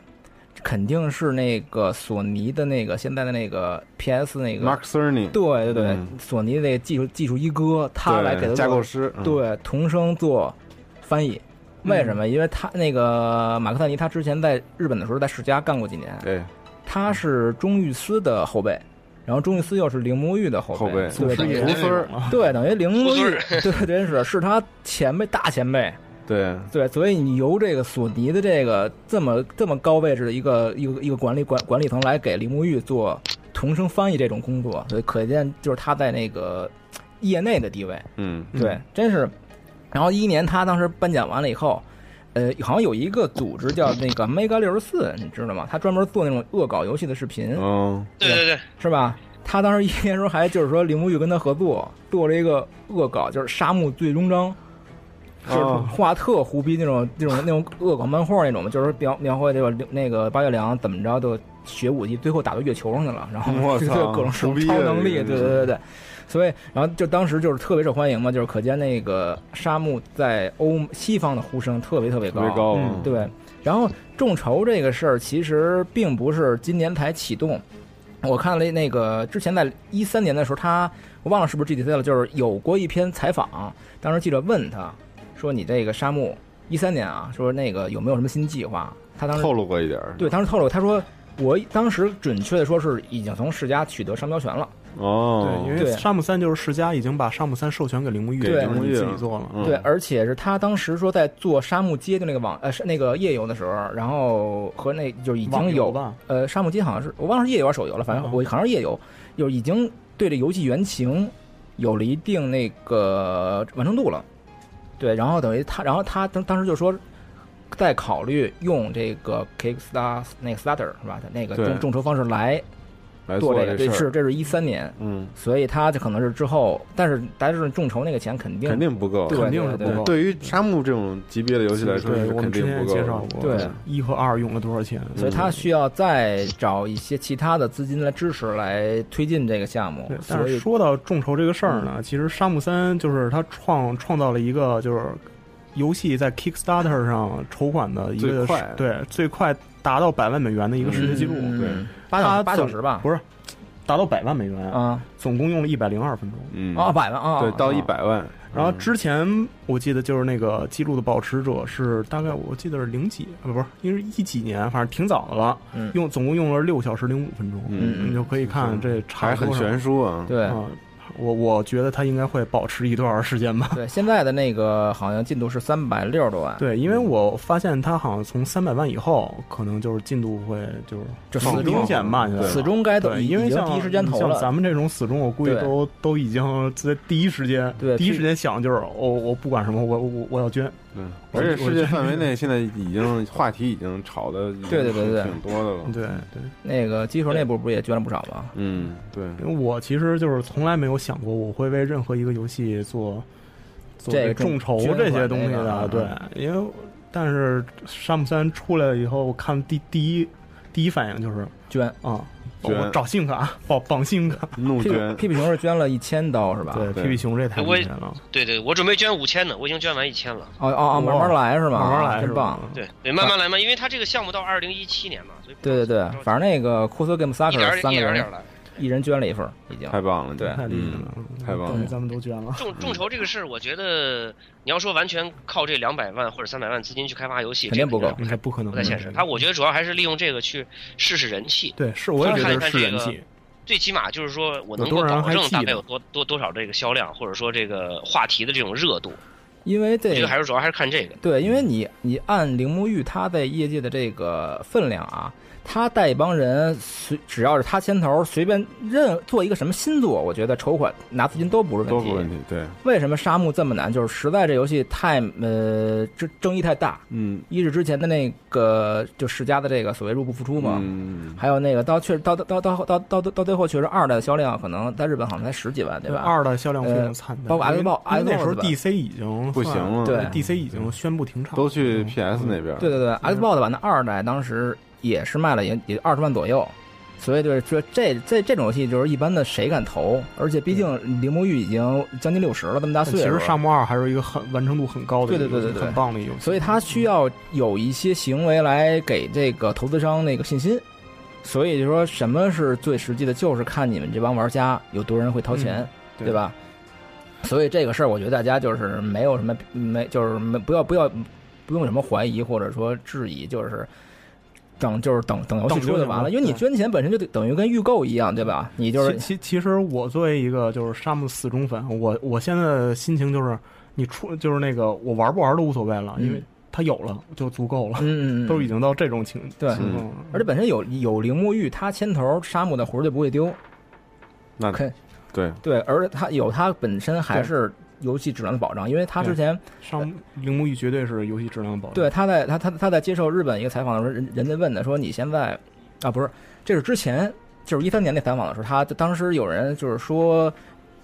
肯定是那个索尼的那个现在的那个 PS 那个，Mark Cerny，对对对，嗯索尼的那个技术技术一哥，他来给他对做架构师，嗯，对童声做翻译。为什么？因为他那个马克萨尼，他之前在日本的时候，在世嘉干过几年，对，他是钟玉思的后辈，然后钟玉思又是铃木玉的后后辈，辈对是等于爷孙儿，对，等于铃木徒孙玉儿， *laughs* 对，真是是他前辈大前辈，对，对，所以你由这个索尼的这个这么这么高位置的一个一个一个管理管管理层来给铃木玉做同声翻译这种工作，所以可见就是他在那个业内的地位，嗯，对，真是。然后一一年他当时颁奖完了以后，呃，好像有一个组织叫那个 Mega 六十四，你知道吗？他专门做那种恶搞游戏的视频，嗯，对对对，是吧？他当时一年时候还就是说铃木玉跟他合作做了一个恶搞，就是《沙漠最终章》，就是哦画特胡逼那种那种那种恶搞漫画那种，就是描描绘这个那个八月凉怎么着就学武技，最后打到月球上去了，然后 *laughs* 我就操各种什胡么逼啊超能力，这对个对对对。所以，然后就当时就是特别受欢迎嘛，就是可见那个沙漠在欧西方的呼声特别特别特高，别高，嗯嗯，对，然后众筹这个事儿其实并不是今年才启动。我看了那个之前在一三年的时候，他我忘了是不是 GTC 了，就是有过一篇采访，当时记者问他说：“你这个沙漠一三年啊，说那个有没有什么新计划？”他当时透露过一点儿，对当时透露，他说我当时准确的说是已经从世嘉取得商标权了。哦对，，因为对《沙姆三》就是世嘉已经把《沙姆三》授权给铃木玉，给就是铃木你玉自己了做了。嗯对，而且是他当时说在做沙漠街的那个网呃是那个夜游的时候，然后和那就是已网经游有吧呃沙漠街好像是我忘了是夜游还是手游了，反正嗯我好像是夜游，就是已经对这游戏原情有了一定那个完成度了。对，然后等于他，然后他当当时就说，在考虑用这个 Kickstarter 那个 Starter 是吧？那个对众众筹方式来来做这个，事对，儿，是这是一三年，嗯，所以他就可能是之后，但是但是众筹那个钱肯定肯定不够，对肯定是不够。对于沙漠这种级别的游戏来说对是我肯们之定前也不够介绍的，过，对嗯一和二用了多少钱？所以他需要再找一些其他的资金来支持，来推进这个项目对。，但所是以，说到众筹这个事儿呢，其实《沙姆三》就是他创创造了一个就是游戏在 Kickstarter 上筹款的一个最快对最快达到百万美元的一个世界纪录，嗯对，八小他八小时吧不是达到百万美元，啊总共用了一百零二分钟。嗯，啊，百万啊，对，到啊一百万，然后嗯之前我记得就是那个记录的保持者是大概我记得是零几啊，不是，因为是一几年，反正挺早的了。嗯用总共用了六小时零五分钟，嗯你就可以看这差还了很多少悬殊啊，对啊，我我觉得它应该会保持一段儿时 *laughs* 间吧。对，现在的那个好像进度是三百六十多万，对，因嗯为我发现它好像从三百万以后，可能就是进度会就是就很死忠明显慢下来了。死忠该都对，已因为已经像第一时间投像了咱们这种死忠，我估计对都都已经在第一时间，对第一去时间想就是我我不管什么，我我我要捐。对，而且世界范围内现在已经话题已经炒的对对对对挺多的了。对对，那个基础内部不是也捐了不少吗？嗯，对，因为我其实就是从来没有想过我会为任何一个游戏做做这个众筹捐这些款东西那个的，啊对，因为但是山姆三出来以后，我看第第一第一反应就是捐啊，捐我找信用卡绑绑信用卡，怒屁股屁屁熊是捐了一千刀是吧？对对屁屁熊这太我厉害了，对对，我准备捐五千呢，我已经捐完一千了。哦哦哦，慢慢来是吗？慢慢来是真吧棒。对对，慢慢来嘛，因为他这个项目到二零一七年嘛，所以啊对对对，反正那个库斯 Game 一点儿 Sucker 一三个点人儿点儿来，一人捐了一份儿，已经太棒了，嗯对太厉害了，嗯太棒了。咱们都捐了，嗯众众筹这个事儿，我觉得你要说完全靠这两百万或者三百万资金去开发游戏，肯定不够嗯这个应该不可能不太现实。他我觉得主要还是利用这个去试试人气。对，是我也觉看一得看是这人个气，最起码就是说我能有够多少人保还证记大得概有多多多少这个销量，或者说这个话题的这种热度。因为这我觉得还是主要还是看这个。对，因为你你按铃木玉他在业界的这个分量啊，他带一帮人随只要是他牵头，随便任做一个什么新作，我觉得筹款拿资金都不是问题。都不问题，对，为什么沙漠这么难？就是实在这游戏太呃争争议太大。嗯，一是之前的那个就世嘉的这个所谓入不敷出嘛，嗯，还有那个到确到到到到到到到最后，确实二代的销量可能在日本好像才十几万，对吧？二代销量非呃常惨淡，包括因为 Xbox 因为那时候 Xbox 吧 DC 已经不行了对对 DC 已经宣布停产，嗯都去 PS 那边。对对对，Xbox 版的二代当时也是卖了也也二十万左右，所以就是说这这这种游戏就是一般的谁敢投？而且毕竟铃木玉已经将近六十了，这么大但岁其数实了， 《沙漠二》还是一个很完成度很高的一对个游对戏，对对对，很棒的一个游戏。所以他需要有一些行为来给这个投资商那个信心。所以就说什么是最实际的，就是看你们这帮玩家有多少人会掏钱，嗯对对吧？所以这个事儿，我觉得大家就是没有什么没就是没不要不要不用什么怀疑或者说质疑，就是等就是等等游戏等就出就行完了了，因为你对捐钱本身就得等于跟预购一样，对吧？你就是其其其实我作为一个就是沙漠死忠粉，我我现在的心情就是，你出就是那个我玩不玩都无所谓了，嗯因为他有了就足够了，嗯嗯嗯都已经到这种情对情况了。而且本身有有铃木玉，他牵头，沙漠的魂儿就不会丢。那肯对对，而且它有它本身还是游戏质量的保障，因为他之前上铃木玉绝对是游戏质量的保证。对他在他他他在接受日本一个采访的时候，人人家问他说你现在啊不是，这是之前就是一三年那采访的时候，他当时有人就是说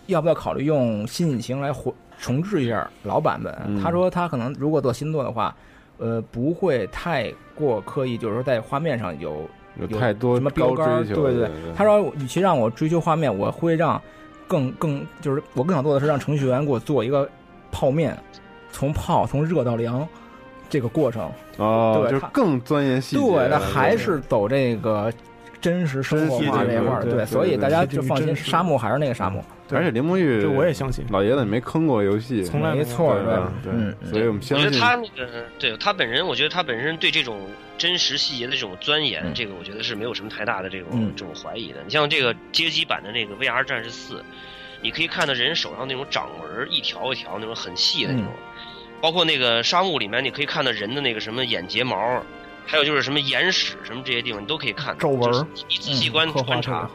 要不要考虑用新引擎来回重置一下老版本，嗯他说他可能如果做新作的话，呃不会太过刻意，就是说在画面上有有太多什么标杆儿，高追对求对对对。他说，与其让我追求画面，我会让更更就是我更想做的是让程序员给我做一个泡面，从泡从热到凉这个过程。哦，对就他是更钻研细节了。对，那还是走这个真实生活化这一块儿，真实对对对所以大家对就对放心，真实沙漠还是那个沙漠。而且林梦玉，这我也相信老爷子没坑过游戏，从来没错嗯嗯对吧？对，所以我我们相觉得信他那个，对他本人，我觉得他本身对这种真实细节的这种钻研，嗯这个我觉得是没有什么太大的这种、嗯这种怀疑的。你像这个街机版的那个 VR 战士四，你可以看到人手上那种掌纹儿一条一条那种很细的那种，嗯包括那个沙漠里面，你可以看到人的那个什么眼睫毛，还有就是什么眼屎什么这些地方，你都可以看到皱纹就是儿，你仔细观、嗯刻画观特别察好，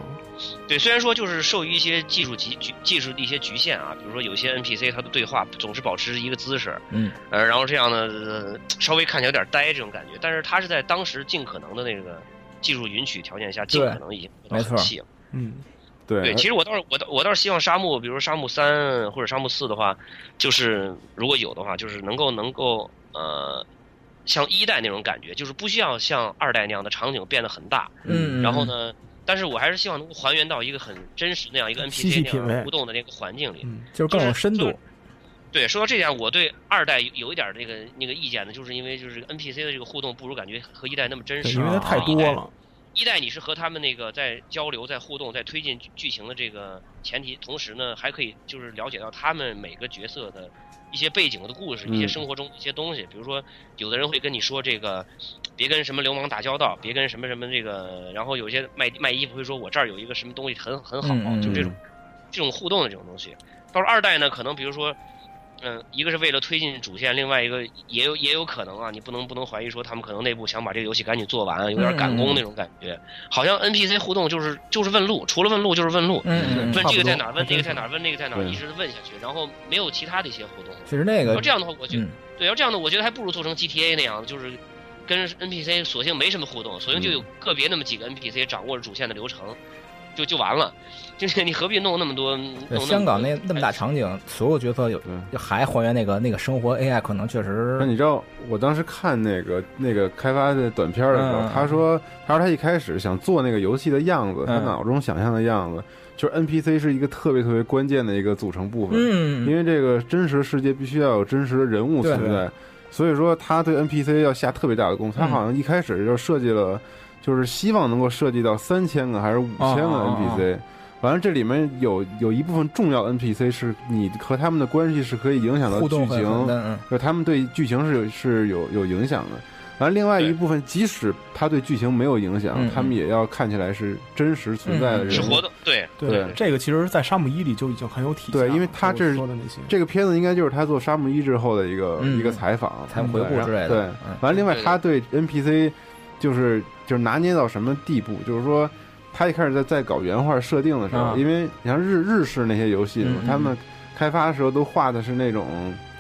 对，虽然说就是受于一些技术局局技术的一些局限啊，比如说有些 NPC 他的对话总是保持一个姿势，嗯，呃，然后这样呢、呃稍微看起来有点呆这种感觉，但是他是在当时尽可能的那个技术允许条件下，尽对可能已经做没到错很细了。嗯，对对，其实我倒是我倒我倒是希望沙漠，比如说沙漠三或者沙漠四的话，就是如果有的话，就是能够能够呃，像一代那种感觉，就是不需要像二代那样的场景变得很大。嗯然后呢，但是我还是希望能够还原到一个很真实那样一个细细品 NPC 那样味嗯互动的那个环境里。嗯就是更有深度。对，说到这点，我对二代有有一点那个那个意见呢，就是因为就是 NPC 的这个互动不如感觉和一代那么真对，实，啊因为它太多了。一代你是和他们那个在交流、在互动、在推进剧剧情的这个前提，同时呢，还可以就是了解到他们每个角色的一些背景的故事，嗯一些生活中的一些东西。比如说，有的人会跟你说这个，别跟什么流氓打交道，别跟什么什么这个，然后有些卖卖衣服会说，我这儿有一个什么东西很很好，嗯嗯就这种。这种互动的这种东西。到了二代呢，可能比如说，嗯、一个是为了推进主线，另外一个也有也有可能啊，你不能不能怀疑说他们可能内部想把这个游戏赶紧做完，啊嗯有点赶工那种感觉。好像 NPC 互动就是就是问路，除了问路就是问路，嗯嗯嗯问差这不个多在哪儿，问那个在哪儿，嗯问那个在哪儿，对一直问下去，然后没有其他的一些互动。其实那个要这样的话，我觉得、嗯对，要这样的，我觉得还不如做成 GTA 那样，就是跟 NPC 索性没什么互动，索性就嗯有个别那么几个 NPC 掌握着主线的流程，就就完了。就是你何必弄那么多？弄那对么香港那那么大场景，所有角色有就还还原那个那个生活 AI，可能确实那你知道我当时看那个那个开发的短片的时候，嗯他说他说他一开始想做那个游戏的样子，他嗯脑中想象的样子，就是 NPC 是一个特别特别关键的一个组成部分，嗯因为这个真实世界必须要有真实的人物存在对，嗯所以说他对 NPC 要下特别大的功夫，他好像一开始就设计了，就是希望能够设计到三千个还是五千个哦哦哦 NPC。完了，这里面有有一部分重要 NPC 是你和他们的关系是可以影响到互剧动很情，很嗯就是他们对剧情是有是有有影响的。完了，另外一部分，即使他对剧情没有影响嗯嗯，他们也要看起来是真实存在嗯的人物，对对这个其实，在沙姆一里就已经很有体现了。对，因为他这我是说的那些，这个片子应该就是他做《沙漠一》之后的一个、嗯一个采访、采访回顾之类的对嗯，完了，另外对他对 NPC 就是就是拿捏到什么地步，就是说他一开始在在搞原画设定的时候，啊因为你像日日式那些游戏嘛，嗯嗯他们开发的时候都画的是那种。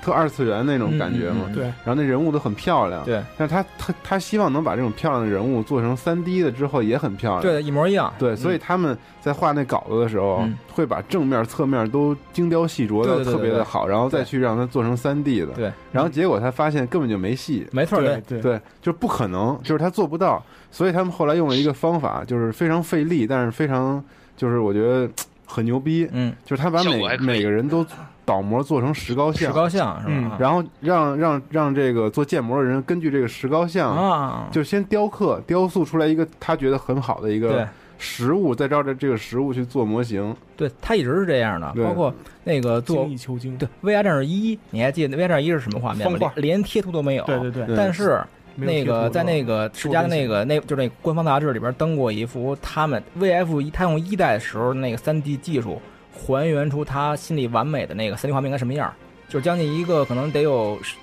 特二次元那种感觉嘛啊嗯，嗯嗯对然后那人物都很漂亮，对，但是他他他希望能把这种漂亮的人物做成三 D 的之后也很漂亮，对的，一模一样。嗯对，所以他们在画那稿子的时候，会把正面、侧面都精雕细琢对对的对特别的好，然后再去让它做成三 D 的。对，然后结果他发现根本就没戏。没错对对对，就是不可能，就是他做不到。所以他们后来用了一个方法，就是非常费力，但是非常就是我觉得很牛逼。嗯，就是他把效果还每可以每个人都倒模做成石膏像，石膏像是吧嗯啊然后让让让这个做建模的人根据这个石膏像啊就先雕刻雕塑出来一个他觉得很好的一对个实物，再照着这个实物去做模型。对他一直是这样的，对包括那个做精益求精。对，VR 战士一，你还记得 VR 战士一是什么画面吗？方块连连贴图都没有。对对对对但是没那有贴图个是吧在那个世嘉的那个那就是那官方杂志里边登过一幅他们 VF 一，他用一代的时候那个 3D 技术还原出他心里完美的那个 3D 画面应该什么样儿，就是将近一个可能得有十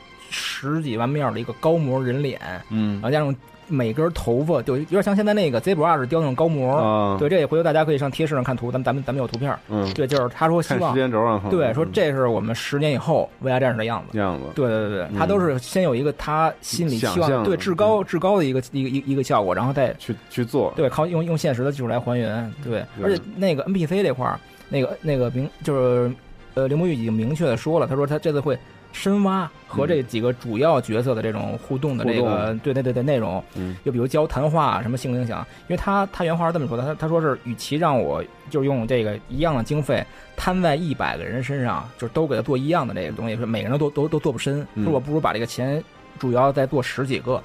十几万面的一个高模人脸，嗯然后加上每根头发，就有点像现在那个 Zebra 是雕那种高模。啊对，这也回头大家可以上贴士上看图，咱们咱们咱们有图片儿。嗯对，就是他说希看望时间轴上放对，嗯说这是我们十年以后 VR 战士的样子。样子，对对对对，他嗯都是先有一个他心里希想望象嗯对至高至高的一个一个一个一个效果，然后再去去做。对，靠用用现实的技术来还原。对，对而且那个 NPC 这块儿，那个那个明就是呃林博宇已经明确的说了，他说他这次会深挖嗯和这几个主要角色的这种互动的这互个动对对对对内容，嗯就比如教谈话什么性影响，因为他他原话是这么说的，他他说是与其让我就用这个一样的经费摊在一百个人身上，就是都给他做一样的这个东西，说每个人都都都做不深，嗯说我不如把这个钱主要再做十几个。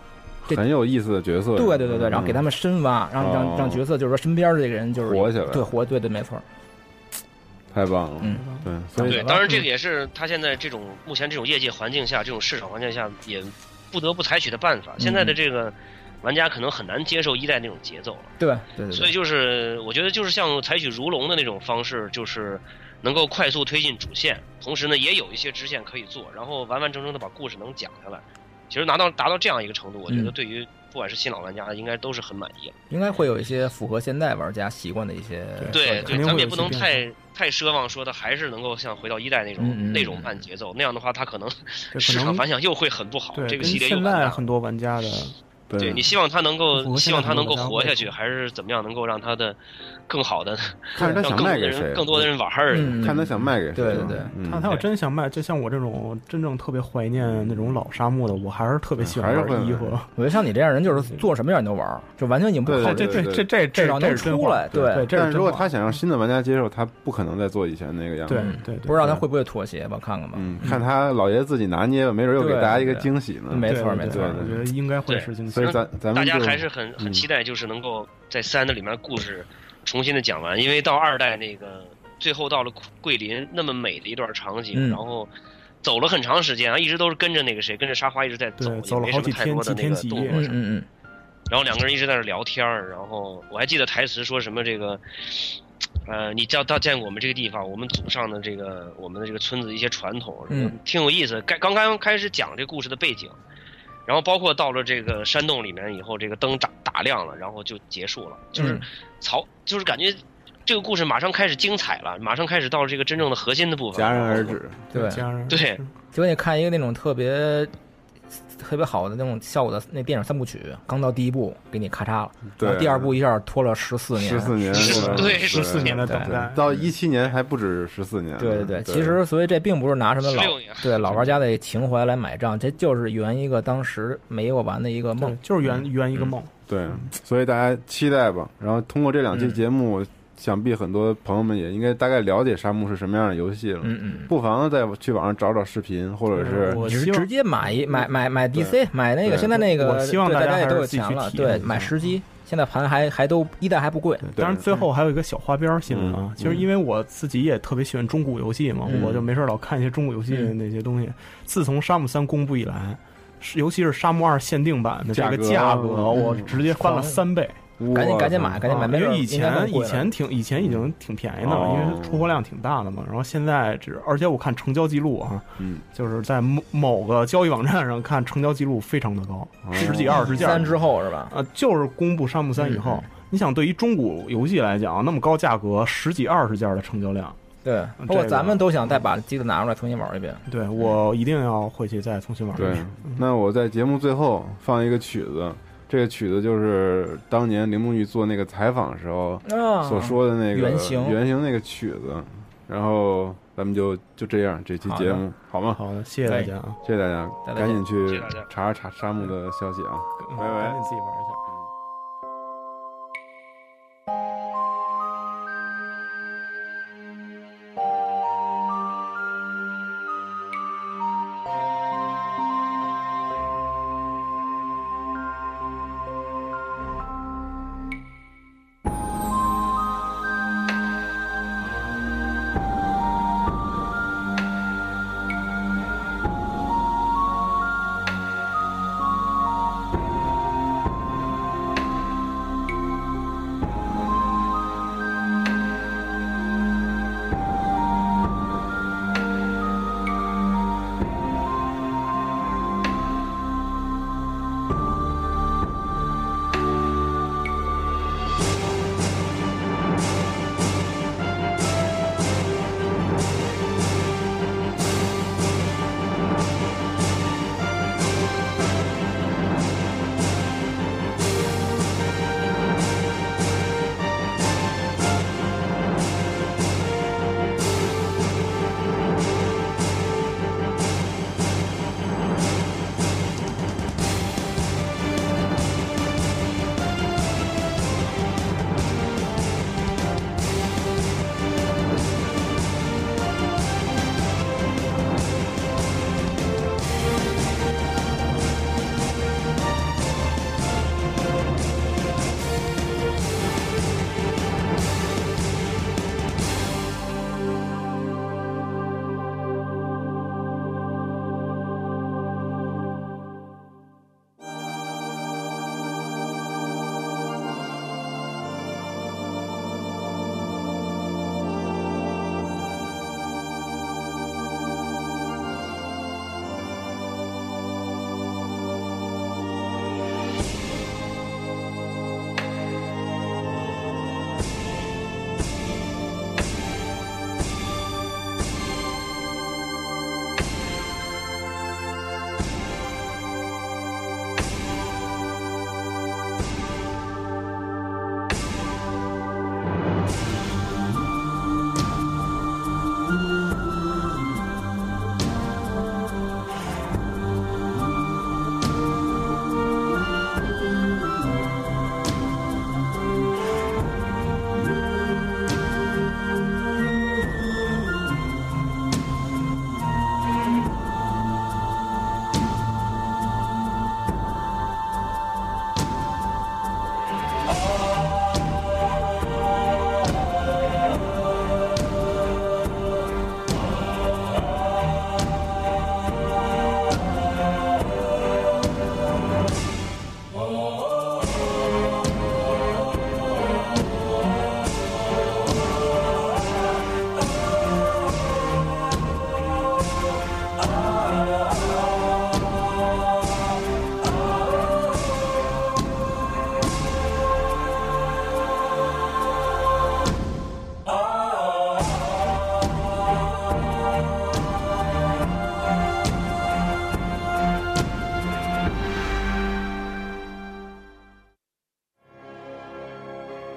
这很有意思的角色。对对对对，嗯然后给他们深挖，让让哦让角色就是说身边的这个人就是活起哦来对活对对没错，太棒了。嗯，对，所以对，当然这个也是他现在这种目前这种业界环境下，这种市场环境下也不得不采取的办法。现在嗯的这个玩家可能很难接受一代那种节奏了，对对对所以就是我觉得就是像采取如龙的那种方式，就是能够快速推进主线，同时呢也有一些支线可以做，然后完完整整的把故事能讲下来。其实拿到达到这样一个程度，我觉得嗯对于不管是新老玩家，应该都是很满意的。应该会有一些符合现在玩家习惯的一些对肯对，定咱会们有也一不些能变化太太奢望说它还是能够像回到一代那嗯嗯种嗯那种慢节奏，那样的话它可能能市场反响又会很不好对，，这个跟系列又现完在蛋。很多玩家的对你希望它能不符够，合希现望在它能够很多玩家胃活下口去，还是怎么样能够让它的更好的，看着它让想更多卖的给谁人，更多的人玩儿。嗯看他想卖给谁。嗯他他要真想卖，就像我这种真正特别怀念那种老沙漠的，我还是特别喜欢玩一和。我觉得像你这样人就是做什么样你都玩儿，就完全已经不考对虑对对对这至少能出来，但是如果他想让新的玩家接受，他不可能再做以前那个样子。不知道他会不会妥协吧，看看吧。嗯看他老爷自己拿捏吧，没准又给对大家一个对惊喜呢。没错对没错对我觉对得应该会是惊喜所以咱咱们大家就嗯还是很很期待，就是能够在三的里面故事重新的讲完，因为到二代那个最后到了桂林那么美的一段场景，嗯然后走了很长时间，然后啊一直都是跟着那个谁，跟着沙花一直在走，对，也走了没好什几么太天，多几的那天个几动夜作。什么的。嗯然后两个人一直在那聊天儿，然后我还记得台词说什么这个，呃，你到到见过我们这个地方，我们祖上的这个我们的这个村子一些传统，嗯挺有意思。该刚刚开始讲这故事的背景，然后包括到了这个山洞里面以后，这个灯打打亮了，然后就结束了。嗯就是曹就是感觉这个故事马上开始精彩了，马上开始到了这个真正的核心的部分了。戛然 *laughs* 而止，嗯对，对，结果你看一个那种特别特别好的那种效果的那电影三部曲，刚到第一部给你咔嚓了，对然啊后第二部一下拖了十四年，十四年，对14到一七年还不止十四年。对对对，其实所以这并不是拿什么老16年对老玩家的情怀来买账，这就是圆一个当时没有完的一个梦，嗯就是圆圆一个梦。对，所以大家期待吧。然后通过这两期嗯节目，想必很多朋友们也应该大概了解沙漠是什么样的游戏了。嗯嗯，不妨再去网上找找视频，或者是直直接买一买买买 DC 买那个对现在那个，我希望对大大家还也是都有自己钱去了，体验对，一下买时机，现在盘还还都一代还不贵，当然，最后还有一个小花边儿新闻啊，嗯其实因为我自己也特别喜欢中古游戏嘛，嗯我就没事儿老看一些中古游戏的那些东西。自从《沙漠三》公布以来，是尤其是《沙漠二》限定版的这个价价格格，嗯我直接翻了三倍。赶紧赶紧买赶紧买啊没因准为以应该前更贵以了前挺以前已经挺便宜的了，哦因为出货量挺大的嘛。然后现在只而且我看成交记录啊，嗯，就是在某某个交易网站上看成交记录非常的高，十几二十件儿。三之后是吧？啊，就是公布《沙漠三》以后，你想对于中古游戏来讲，那么高价格，十几二十件的成交量，对，嗯包括这个咱们都想再把机子拿出来重新玩一遍。对我一定要回去再重新玩一对遍。，嗯那我在节目最后放一个曲子，这个曲子就是当年铃木玉做那个采访的时候啊所说的那个原型原型那个曲子。然后咱们就就这样，这期节目好吗？好的，谢谢大家啊，谢谢大家，大家赶紧谢谢去大家查查沙漠的消息啊！拜拜，赶紧自己玩一下。 「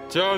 加